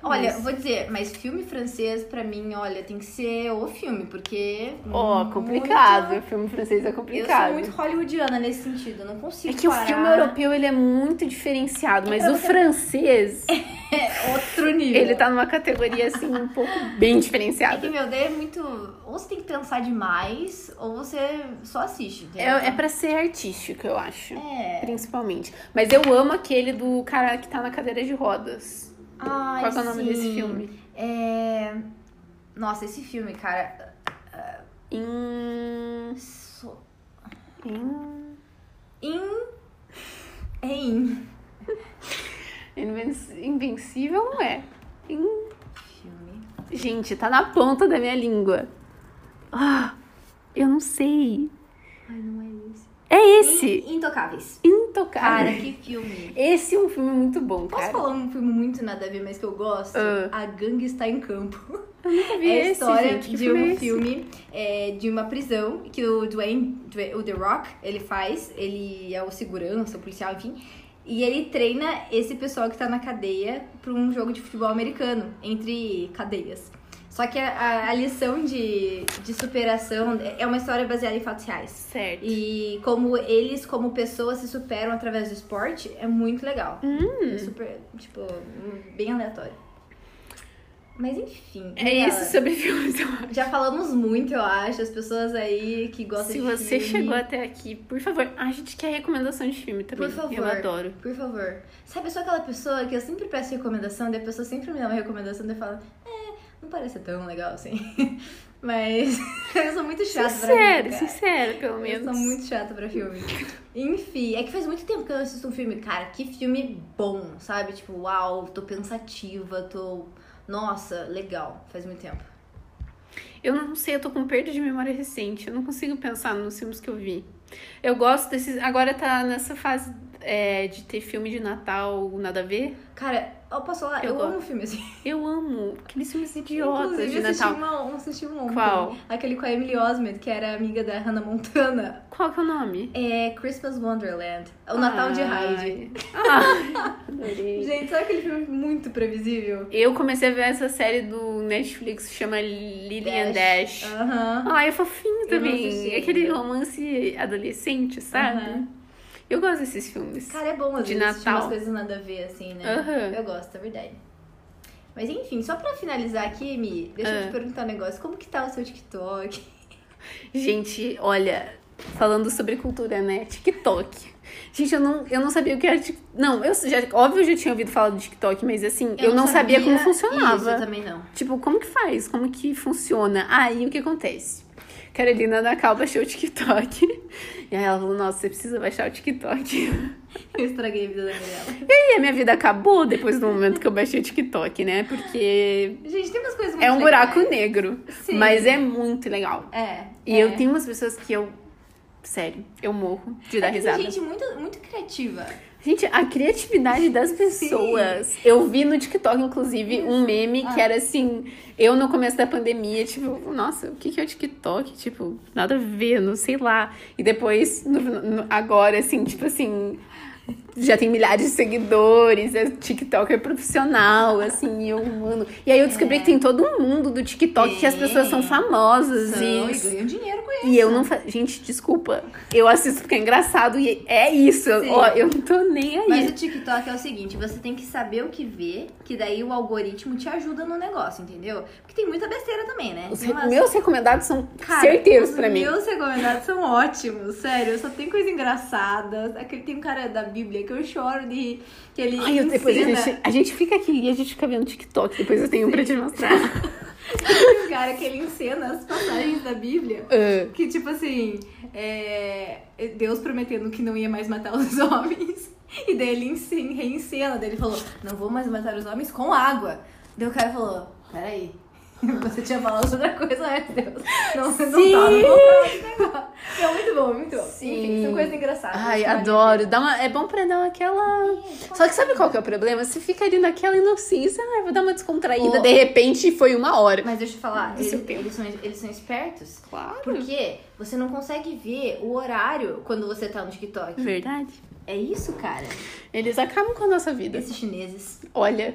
[SPEAKER 2] Olha,
[SPEAKER 1] Mas-
[SPEAKER 2] vou dizer, mas filme francês, pra mim, olha, tem que ser o filme, porque...
[SPEAKER 1] Ó,
[SPEAKER 2] muito-
[SPEAKER 1] complicado. Filme francês é
[SPEAKER 2] Eu
[SPEAKER 1] complicado.
[SPEAKER 2] sou muito hollywoodiana nesse sentido, eu não
[SPEAKER 1] É
[SPEAKER 2] consigo
[SPEAKER 1] que o
[SPEAKER 2] parar.
[SPEAKER 1] filme europeu, ele é muito diferenciado, mas
[SPEAKER 2] pra
[SPEAKER 1] o
[SPEAKER 2] você-
[SPEAKER 1] francês,
[SPEAKER 2] <laughs> É outro nível.
[SPEAKER 1] <laughs> ele tá numa categoria, assim, um pouco bem
[SPEAKER 2] É que,
[SPEAKER 1] diferenciada.
[SPEAKER 2] meu, daí é muito... Ou você tem que pensar demais, ou você só assiste,
[SPEAKER 1] É,
[SPEAKER 2] entendeu?
[SPEAKER 1] é pra ser artístico, eu acho.
[SPEAKER 2] É.
[SPEAKER 1] Principalmente. Mas eu amo aquele do cara que tá na cadeira de rodas.
[SPEAKER 2] Ai,
[SPEAKER 1] Qual que é o nome desse
[SPEAKER 2] sim.
[SPEAKER 1] filme?
[SPEAKER 2] É... Nossa, esse filme, cara.
[SPEAKER 1] Em.
[SPEAKER 2] so-
[SPEAKER 1] em...
[SPEAKER 2] In. É in.
[SPEAKER 1] Invenci- Invencível não é. Em-
[SPEAKER 2] Filme.
[SPEAKER 1] Gente, tá na ponta da minha língua. Ah, eu não sei.
[SPEAKER 2] Ai, não é esse.
[SPEAKER 1] É esse.
[SPEAKER 2] In- Intocáveis. Cara,
[SPEAKER 1] Intocável.
[SPEAKER 2] que filme.
[SPEAKER 1] Esse é um filme muito bom,
[SPEAKER 2] Posso
[SPEAKER 1] cara.
[SPEAKER 2] falar um filme muito nada a ver, mas que eu gosto?
[SPEAKER 1] Ah.
[SPEAKER 2] A Gangue Está em Campo.
[SPEAKER 1] Eu vi
[SPEAKER 2] É a
[SPEAKER 1] esse,
[SPEAKER 2] história
[SPEAKER 1] gente, que
[SPEAKER 2] de um
[SPEAKER 1] é esse?
[SPEAKER 2] filme é, de uma prisão que o Dwayne, Dwayne- o The Rock, ele faz. Ele é o segurança, o policial, enfim. E ele treina esse pessoal que tá na cadeia pra um jogo de futebol americano, entre cadeias. Só que a, a- a lição de, de superação é uma história baseada em fatos reais.
[SPEAKER 1] Certo.
[SPEAKER 2] E como eles, como pessoas, se superam através do esporte, é muito legal. É super, tipo, hum, bem aleatório. Mas enfim.
[SPEAKER 1] É
[SPEAKER 2] Daniela,
[SPEAKER 1] isso sobre <laughs> filmes, eu acho.
[SPEAKER 2] Já falamos muito, eu acho, as pessoas aí que gostam
[SPEAKER 1] Se
[SPEAKER 2] de
[SPEAKER 1] você
[SPEAKER 2] filme.
[SPEAKER 1] chegou até aqui, por favor, a gente quer recomendação de filme também.
[SPEAKER 2] Por favor.
[SPEAKER 1] Eu adoro.
[SPEAKER 2] Por favor. Sabe, eu sou aquela pessoa que eu sempre peço recomendação, daí a pessoa sempre me dá uma recomendação, daí eu falo, é, não parece tão legal assim. <laughs> Mas <laughs> eu sou muito chata pra mim,
[SPEAKER 1] Sincero,
[SPEAKER 2] cara.
[SPEAKER 1] sincero, pelo menos.
[SPEAKER 2] Eu sou muito chata pra filme. Enfim, é que faz muito tempo que eu não assisto um filme. Cara, que filme bom, sabe? Tipo, uau, tô pensativa, tô. Nossa, legal. Faz muito tempo.
[SPEAKER 1] Eu não sei, eu tô com perda de memória recente. Eu não consigo pensar nos filmes que eu vi. Eu gosto desses. Agora tá nessa fase é, de ter filme de Natal, nada a ver.
[SPEAKER 2] Cara, eu posso falar?
[SPEAKER 1] Eu
[SPEAKER 2] Eu,
[SPEAKER 1] gosto.
[SPEAKER 2] amo filme assim.
[SPEAKER 1] Eu amo aqueles filmes idiotas
[SPEAKER 2] Inclusive,
[SPEAKER 1] de
[SPEAKER 2] eu assisti,
[SPEAKER 1] Natal.
[SPEAKER 2] uma, um- assisti um ontem.
[SPEAKER 1] Qual?
[SPEAKER 2] Aquele com a Emily Osment, que era amiga da Hannah Montana.
[SPEAKER 1] Qual que é o nome?
[SPEAKER 2] É Christmas Wonderland. O Natal de Hyde.
[SPEAKER 1] Ah, adorei.
[SPEAKER 2] Gente, sabe aquele filme muito previsível?
[SPEAKER 1] <laughs> Eu comecei a ver essa série do Netflix que chama Lily and Dash.
[SPEAKER 2] Aham.
[SPEAKER 1] Ai, é fofinho
[SPEAKER 2] Ah. não
[SPEAKER 1] também.
[SPEAKER 2] assisti
[SPEAKER 1] É aquele
[SPEAKER 2] ainda.
[SPEAKER 1] romance adolescente, sabe?
[SPEAKER 2] Aham.
[SPEAKER 1] Eu gosto desses filmes.
[SPEAKER 2] Cara, é bom às
[SPEAKER 1] De
[SPEAKER 2] vezes assistir umas
[SPEAKER 1] Natal.
[SPEAKER 2] coisas nada a ver, assim, né?
[SPEAKER 1] Aham.
[SPEAKER 2] Eu gosto, é verdade. Mas enfim, só pra finalizar aqui, Mi, deixa eu
[SPEAKER 1] Ah.
[SPEAKER 2] te perguntar um negócio. Como que tá o seu TikTok?
[SPEAKER 1] Gente, olha, Falando sobre cultura, né? TikTok. Gente, eu não, eu não sabia o que era TikTok. Não, eu já, óbvio eu já tinha ouvido falar do TikTok, mas assim, eu, não sabia, como
[SPEAKER 2] Isso,
[SPEAKER 1] funcionava.
[SPEAKER 2] eu também não. <laughs>
[SPEAKER 1] Tipo, como que faz? Como que funciona? Aí o que acontece? Carolina da Cal baixou o TikTok. E aí ela falou: Nossa, você precisa baixar o TikTok.
[SPEAKER 2] Eu estraguei a vida da Mirella.
[SPEAKER 1] E a minha vida acabou depois do momento que eu baixei o TikTok, né? Porque
[SPEAKER 2] Gente, tem umas coisas muito
[SPEAKER 1] é um
[SPEAKER 2] legais.
[SPEAKER 1] buraco negro.
[SPEAKER 2] Sim.
[SPEAKER 1] Mas é muito legal.
[SPEAKER 2] É.
[SPEAKER 1] E
[SPEAKER 2] é.
[SPEAKER 1] eu tenho umas pessoas que eu. Sério, eu morro de dar
[SPEAKER 2] É que tem
[SPEAKER 1] risada. Gente...
[SPEAKER 2] gente muito, muito criativa.
[SPEAKER 1] a
[SPEAKER 2] <laughs>
[SPEAKER 1] criatividade das pessoas. Eu vi no TikTok, inclusive, um meme
[SPEAKER 2] Ah.
[SPEAKER 1] que era assim: eu no começo da pandemia, tipo, nossa, o que que é o TikTok? Tipo, nada a ver, não sei lá. E depois, no- no- agora, assim, tipo assim. Já tem milhares de seguidores, é TikToker profissional, assim, e eu, mano. E aí eu
[SPEAKER 2] É.
[SPEAKER 1] descobri que tem todo um mundo do TikTok que as
[SPEAKER 2] Tem.
[SPEAKER 1] pessoas são famosas
[SPEAKER 2] São,
[SPEAKER 1] e
[SPEAKER 2] Então, e ganham dinheiro com isso.
[SPEAKER 1] e eu não fa... Gente, desculpa. Eu assisto porque é engraçado e é isso.
[SPEAKER 2] Sim.
[SPEAKER 1] Ó, eu não tô nem aí.
[SPEAKER 2] Mas o TikTok é o seguinte, você tem que saber o que ver, que daí o algoritmo te ajuda no negócio, entendeu? Porque tem muita besteira também, né?
[SPEAKER 1] Os
[SPEAKER 2] Tem umas-
[SPEAKER 1] meus recomendados são
[SPEAKER 2] Cara,
[SPEAKER 1] certeiros
[SPEAKER 2] os
[SPEAKER 1] pra mim.
[SPEAKER 2] meus recomendados são ótimos, sério. Só tem coisa engraçada. Aquele tem um cara da Bíblia que eu choro de rir, que ele
[SPEAKER 1] Ai, eu, depois a
[SPEAKER 2] ensina.
[SPEAKER 1] gente, a gente fica aqui e a gente fica vendo TikTok. Depois eu tenho um pra te
[SPEAKER 2] <laughs>
[SPEAKER 1] mostrar.
[SPEAKER 2] <laughs> Tem um cara que ele ensina as passagens da Bíblia.
[SPEAKER 1] Ah,
[SPEAKER 2] Que tipo assim, é, Deus prometendo que não ia mais matar os <laughs> homens. E daí ele ensin- reencena, daí ele falou, não vou mais matar os homens com água. Daí o cara falou, peraí, você tinha falado outra coisa antes, Deus. Não, você não
[SPEAKER 1] Sim!
[SPEAKER 2] tá no negócio. É muito bom, muito bom.
[SPEAKER 1] Sim.
[SPEAKER 2] Enfim, são coisas engraçadas.
[SPEAKER 1] Ai,
[SPEAKER 2] Vale a
[SPEAKER 1] adoro.
[SPEAKER 2] pena.
[SPEAKER 1] Dá uma, é bom pra dar aquela. Só que sabe qual que é o problema? Você fica ali naquela inocência. Ai, Ah, vou dar uma descontraída.
[SPEAKER 2] Ô.
[SPEAKER 1] De repente foi uma hora.
[SPEAKER 2] Mas deixa eu falar,
[SPEAKER 1] Isso
[SPEAKER 2] ele-
[SPEAKER 1] eu
[SPEAKER 2] eles, são, eles são espertos.
[SPEAKER 1] Claro.
[SPEAKER 2] Porque você não consegue ver o horário quando você tá no TikTok.
[SPEAKER 1] Verdade.
[SPEAKER 2] É isso, cara.
[SPEAKER 1] Eles acabam com a nossa vida.
[SPEAKER 2] Esses chineses. <laughs>
[SPEAKER 1] Olha,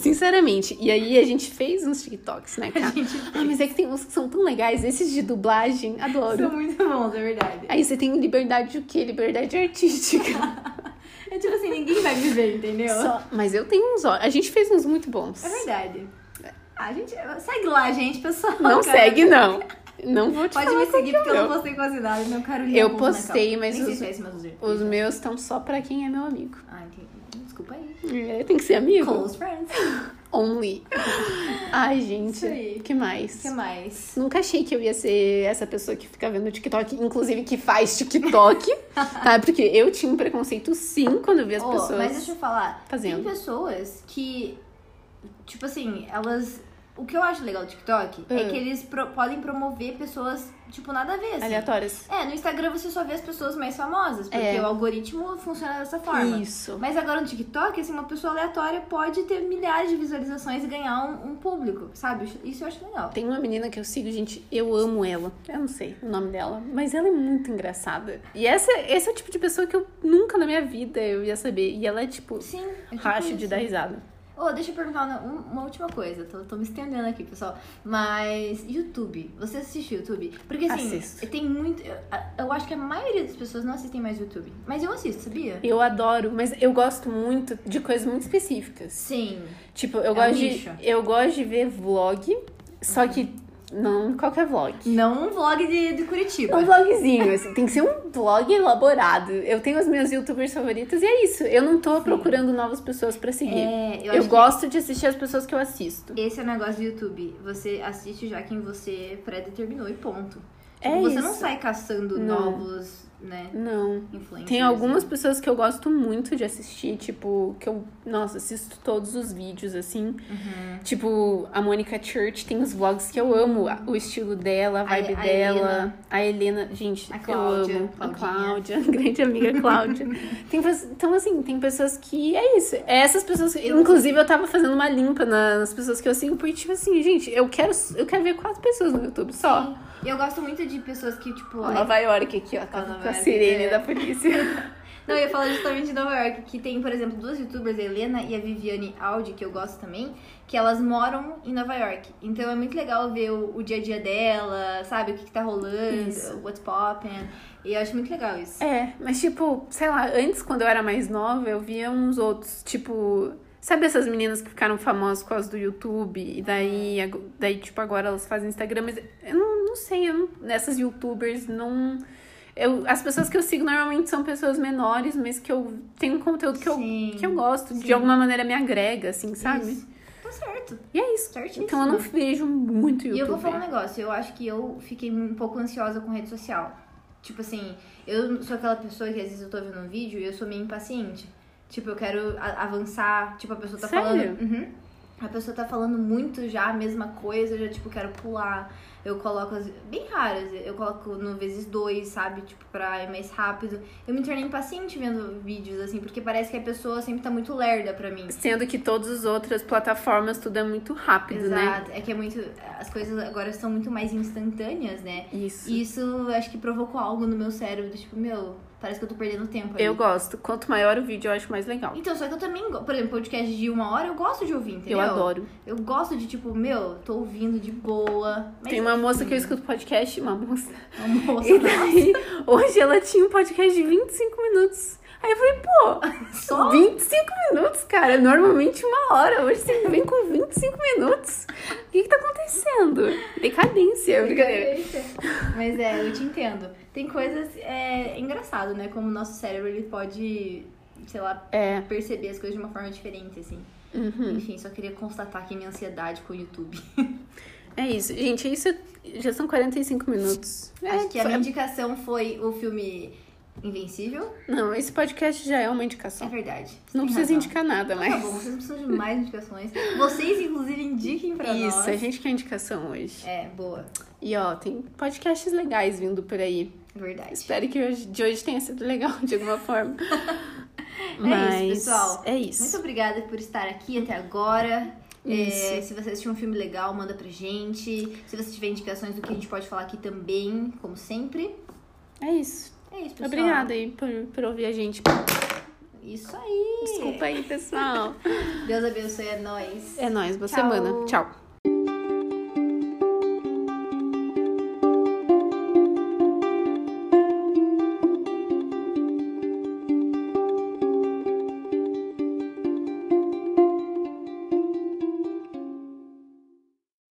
[SPEAKER 1] sinceramente. E aí a gente fez uns TikToks, né, cara?
[SPEAKER 2] A gente
[SPEAKER 1] Ah, mas é que tem uns que são tão legais, esses de dublagem, adoro.
[SPEAKER 2] São muito bons, é verdade.
[SPEAKER 1] Aí você tem liberdade o quê? Liberdade
[SPEAKER 2] <laughs>
[SPEAKER 1] artística.
[SPEAKER 2] É tipo assim, ninguém vai me ver, entendeu?
[SPEAKER 1] Só- Mas eu tenho uns, ó. A gente fez uns muito bons.
[SPEAKER 2] É verdade. Ah, gente, segue lá, gente, pessoal.
[SPEAKER 1] Não
[SPEAKER 2] cara.
[SPEAKER 1] segue, não. Não vou te
[SPEAKER 2] Pode
[SPEAKER 1] falar
[SPEAKER 2] me seguir porque eu
[SPEAKER 1] qual
[SPEAKER 2] não postei quase nada, não quero ler
[SPEAKER 1] Eu
[SPEAKER 2] alguns, né,
[SPEAKER 1] postei,
[SPEAKER 2] calma.
[SPEAKER 1] mas
[SPEAKER 2] Nem sei
[SPEAKER 1] os-
[SPEAKER 2] se é esse, mas os...
[SPEAKER 1] que é. Os meus estão só pra quem é meu amigo.
[SPEAKER 2] Ah, entendi. Desculpa aí.
[SPEAKER 1] É, tem que ser amigo?
[SPEAKER 2] Close friends. <laughs>
[SPEAKER 1] Only. Ai, gente.
[SPEAKER 2] Isso aí.
[SPEAKER 1] Que
[SPEAKER 2] O
[SPEAKER 1] mais?
[SPEAKER 2] que mais?
[SPEAKER 1] Nunca achei que eu ia ser essa pessoa que fica vendo TikTok, inclusive que faz
[SPEAKER 2] <laughs>
[SPEAKER 1] TikTok, tá? Porque eu tinha um preconceito sim quando eu via as
[SPEAKER 2] Ó,
[SPEAKER 1] pessoas.
[SPEAKER 2] Mas deixa eu falar.
[SPEAKER 1] fazendo.
[SPEAKER 2] Tem pessoas que, tipo assim, elas... O que eu acho legal do TikTok é
[SPEAKER 1] Ah.
[SPEAKER 2] que eles pro- podem promover pessoas, tipo, nada a ver, assim.
[SPEAKER 1] Aleatórias.
[SPEAKER 2] É, no Instagram você só vê as pessoas mais famosas, porque
[SPEAKER 1] É.
[SPEAKER 2] o algoritmo funciona dessa forma.
[SPEAKER 1] Isso.
[SPEAKER 2] Mas agora no TikTok, assim, uma pessoa aleatória pode ter milhares de visualizações e ganhar um, um público, sabe? Isso eu acho legal.
[SPEAKER 1] Tem uma menina que eu sigo, gente, eu amo ela. Eu não sei o nome dela, mas ela é muito engraçada. E essa, esse é o tipo de pessoa que eu nunca na minha vida eu ia saber. E ela é tipo,
[SPEAKER 2] Sim. é tipo
[SPEAKER 1] racha de
[SPEAKER 2] isso.
[SPEAKER 1] dar risada.
[SPEAKER 2] Ô, deixa eu perguntar uma, um- uma última coisa. Tô, tô me estendendo aqui, pessoal. Mas, YouTube. Você assiste YouTube? Porque, assim,
[SPEAKER 1] Assisto.
[SPEAKER 2] tem muito... Eu, eu acho que a maioria das pessoas não assistem mais YouTube. Mas eu assisto, sabia?
[SPEAKER 1] Eu adoro, mas eu gosto muito de coisas muito específicas.
[SPEAKER 2] Sim.
[SPEAKER 1] Tipo, eu
[SPEAKER 2] um
[SPEAKER 1] gosto
[SPEAKER 2] nicho.
[SPEAKER 1] de eu gosto de ver vlog, só que não qualquer vlog.
[SPEAKER 2] Não um vlog de, de Curitiba.
[SPEAKER 1] Um vlogzinho, assim, tem que ser um vlog elaborado. Eu tenho os meus youtubers favoritos e é isso. Eu não tô procurando novas pessoas pra seguir.
[SPEAKER 2] É, eu
[SPEAKER 1] eu
[SPEAKER 2] acho que-
[SPEAKER 1] gosto de assistir as pessoas que eu assisto.
[SPEAKER 2] Esse é o negócio do YouTube. Você assiste já quem você pré-determinou e ponto.
[SPEAKER 1] É
[SPEAKER 2] Tipo, você
[SPEAKER 1] isso.
[SPEAKER 2] não sai caçando
[SPEAKER 1] Não.
[SPEAKER 2] novos, né,
[SPEAKER 1] Não.
[SPEAKER 2] influencers.
[SPEAKER 1] Tem algumas
[SPEAKER 2] né?
[SPEAKER 1] pessoas que eu gosto muito de assistir, tipo, que eu, nossa, assisto todos os vídeos, assim.
[SPEAKER 2] Uhum.
[SPEAKER 1] Tipo, a Monica Church tem os vlogs que eu amo, a- o estilo dela, a vibe
[SPEAKER 2] a
[SPEAKER 1] dela.
[SPEAKER 2] Helena.
[SPEAKER 1] A Helena, gente,
[SPEAKER 2] A
[SPEAKER 1] eu
[SPEAKER 2] Cláudia,
[SPEAKER 1] amo. A
[SPEAKER 2] Claudinha.
[SPEAKER 1] Cláudia, <laughs> grande amiga
[SPEAKER 2] <laughs>
[SPEAKER 1] Cláudia. tem, pes- então, assim, tem pessoas que. É isso. É essas pessoas que.
[SPEAKER 2] Eu-
[SPEAKER 1] inclusive, eu tava fazendo uma limpa na- nas pessoas que eu sigo, porque, tipo assim, gente, eu quero, eu quero ver quatro pessoas no YouTube só.
[SPEAKER 2] Sim. E eu gosto muito de pessoas que, tipo...
[SPEAKER 1] Ó,
[SPEAKER 2] ai-
[SPEAKER 1] Nova York aqui, ó, tá com
[SPEAKER 2] Nova
[SPEAKER 1] a
[SPEAKER 2] York,
[SPEAKER 1] sirene
[SPEAKER 2] é.
[SPEAKER 1] da
[SPEAKER 2] <laughs>
[SPEAKER 1] polícia.
[SPEAKER 2] Não, eu ia falar justamente de Nova York, que tem, por exemplo, duas youtubers, a Helena e a Viviane Audi, que eu gosto também, que elas moram em Nova York. Então é muito legal ver o, o dia a dia dela, sabe? O que, que tá rolando,
[SPEAKER 1] Isso.
[SPEAKER 2] what's poppin'. E eu acho muito legal isso.
[SPEAKER 1] É, mas tipo, sei lá, antes quando eu era mais nova, eu via uns outros, tipo, sabe essas meninas que ficaram famosas por causa do YouTube e
[SPEAKER 2] É.
[SPEAKER 1] daí, ago- daí tipo agora elas fazem Instagram, mas eu não, não sei, eu não- essas youtubers não eu- as pessoas que eu sigo normalmente são pessoas menores, mas que eu tenho um conteúdo que, eu,
[SPEAKER 2] Sim.
[SPEAKER 1] que eu gosto, de
[SPEAKER 2] Sim.
[SPEAKER 1] alguma maneira me agrega, assim, sabe?
[SPEAKER 2] Isso. Tá certo.
[SPEAKER 1] E é isso.
[SPEAKER 2] Certíssimo.
[SPEAKER 1] Então eu não vejo muito YouTube.
[SPEAKER 2] E eu vou falar um negócio, eu acho que eu fiquei um pouco ansiosa com rede social. Tipo assim, eu sou aquela pessoa que às vezes eu tô vendo um vídeo e eu sou meio impaciente. Tipo, eu quero a- avançar, tipo, a pessoa tá
[SPEAKER 1] Sério?
[SPEAKER 2] falando. Uhum. A pessoa tá falando muito já a mesma coisa, eu já, tipo, quero pular. Eu coloco, as- bem raras, eu coloco no vezes dois, sabe? Tipo, pra ir mais rápido. Eu me tornei impaciente vendo vídeos, assim, porque parece que a pessoa sempre tá muito lerda pra mim.
[SPEAKER 1] Sendo que todas as outras plataformas tudo é muito rápido, né?
[SPEAKER 2] Exato. É que é muito. As coisas agora são muito mais instantâneas, né?
[SPEAKER 1] Isso.
[SPEAKER 2] E Isso eu acho que provocou algo no meu cérebro, do tipo, meu, parece que eu tô perdendo tempo aí.
[SPEAKER 1] Eu gosto. Quanto maior o vídeo, eu acho mais legal.
[SPEAKER 2] Então, só que eu também, go- por exemplo, podcast de uma hora eu gosto de ouvir, entendeu?
[SPEAKER 1] Eu adoro.
[SPEAKER 2] Eu gosto de, tipo, meu, tô ouvindo de boa. Mas
[SPEAKER 1] Tem uma moça que eu escuto podcast, uma moça. <laughs>
[SPEAKER 2] Uma moça
[SPEAKER 1] E daí, hoje ela tinha um podcast de 25 minutos. Aí eu falei, pô,
[SPEAKER 2] só.
[SPEAKER 1] 25 minutos, cara. Normalmente uma hora. Hoje você vem com 25 minutos. O que, que tá acontecendo?
[SPEAKER 2] É
[SPEAKER 1] Decadência, brincadeira.
[SPEAKER 2] Mas é, eu te entendo. Tem coisas. É, é engraçado, né? Como o nosso cérebro ele pode, sei lá,
[SPEAKER 1] É.
[SPEAKER 2] perceber as coisas de uma forma diferente, assim.
[SPEAKER 1] Uhum.
[SPEAKER 2] Enfim, só queria constatar aqui minha ansiedade com o YouTube.
[SPEAKER 1] É isso. Gente, isso é- já são 45 minutos.
[SPEAKER 2] Acho É, que a
[SPEAKER 1] foi-
[SPEAKER 2] minha indicação foi o filme Invencível.
[SPEAKER 1] Não, esse podcast já é uma
[SPEAKER 2] É
[SPEAKER 1] indicação.
[SPEAKER 2] verdade. Você
[SPEAKER 1] Não
[SPEAKER 2] tem
[SPEAKER 1] precisa
[SPEAKER 2] razão.
[SPEAKER 1] indicar nada
[SPEAKER 2] Então
[SPEAKER 1] mais.
[SPEAKER 2] Tá bom, vocês não precisam de mais indicações. Vocês, inclusive, indiquem pra
[SPEAKER 1] Isso,
[SPEAKER 2] nós.
[SPEAKER 1] a gente quer indicação hoje.
[SPEAKER 2] É, boa.
[SPEAKER 1] E ó, tem podcasts legais vindo por aí.
[SPEAKER 2] É Verdade.
[SPEAKER 1] Espero que hoje, de hoje tenha sido legal de alguma forma.
[SPEAKER 2] É isso, pessoal.
[SPEAKER 1] É isso.
[SPEAKER 2] Muito obrigada por estar aqui até agora. É,
[SPEAKER 1] Isso.
[SPEAKER 2] se você assistiu um filme legal, manda pra gente. Se você tiver indicações do que a gente pode falar aqui também, como sempre.
[SPEAKER 1] É isso.
[SPEAKER 2] É isso, pessoal.
[SPEAKER 1] Obrigada aí por, por ouvir a gente.
[SPEAKER 2] Isso aí.
[SPEAKER 1] Desculpa aí, pessoal.
[SPEAKER 2] Deus abençoe a nós.
[SPEAKER 1] É nóis, boa
[SPEAKER 2] Tchau.
[SPEAKER 1] semana. Tchau.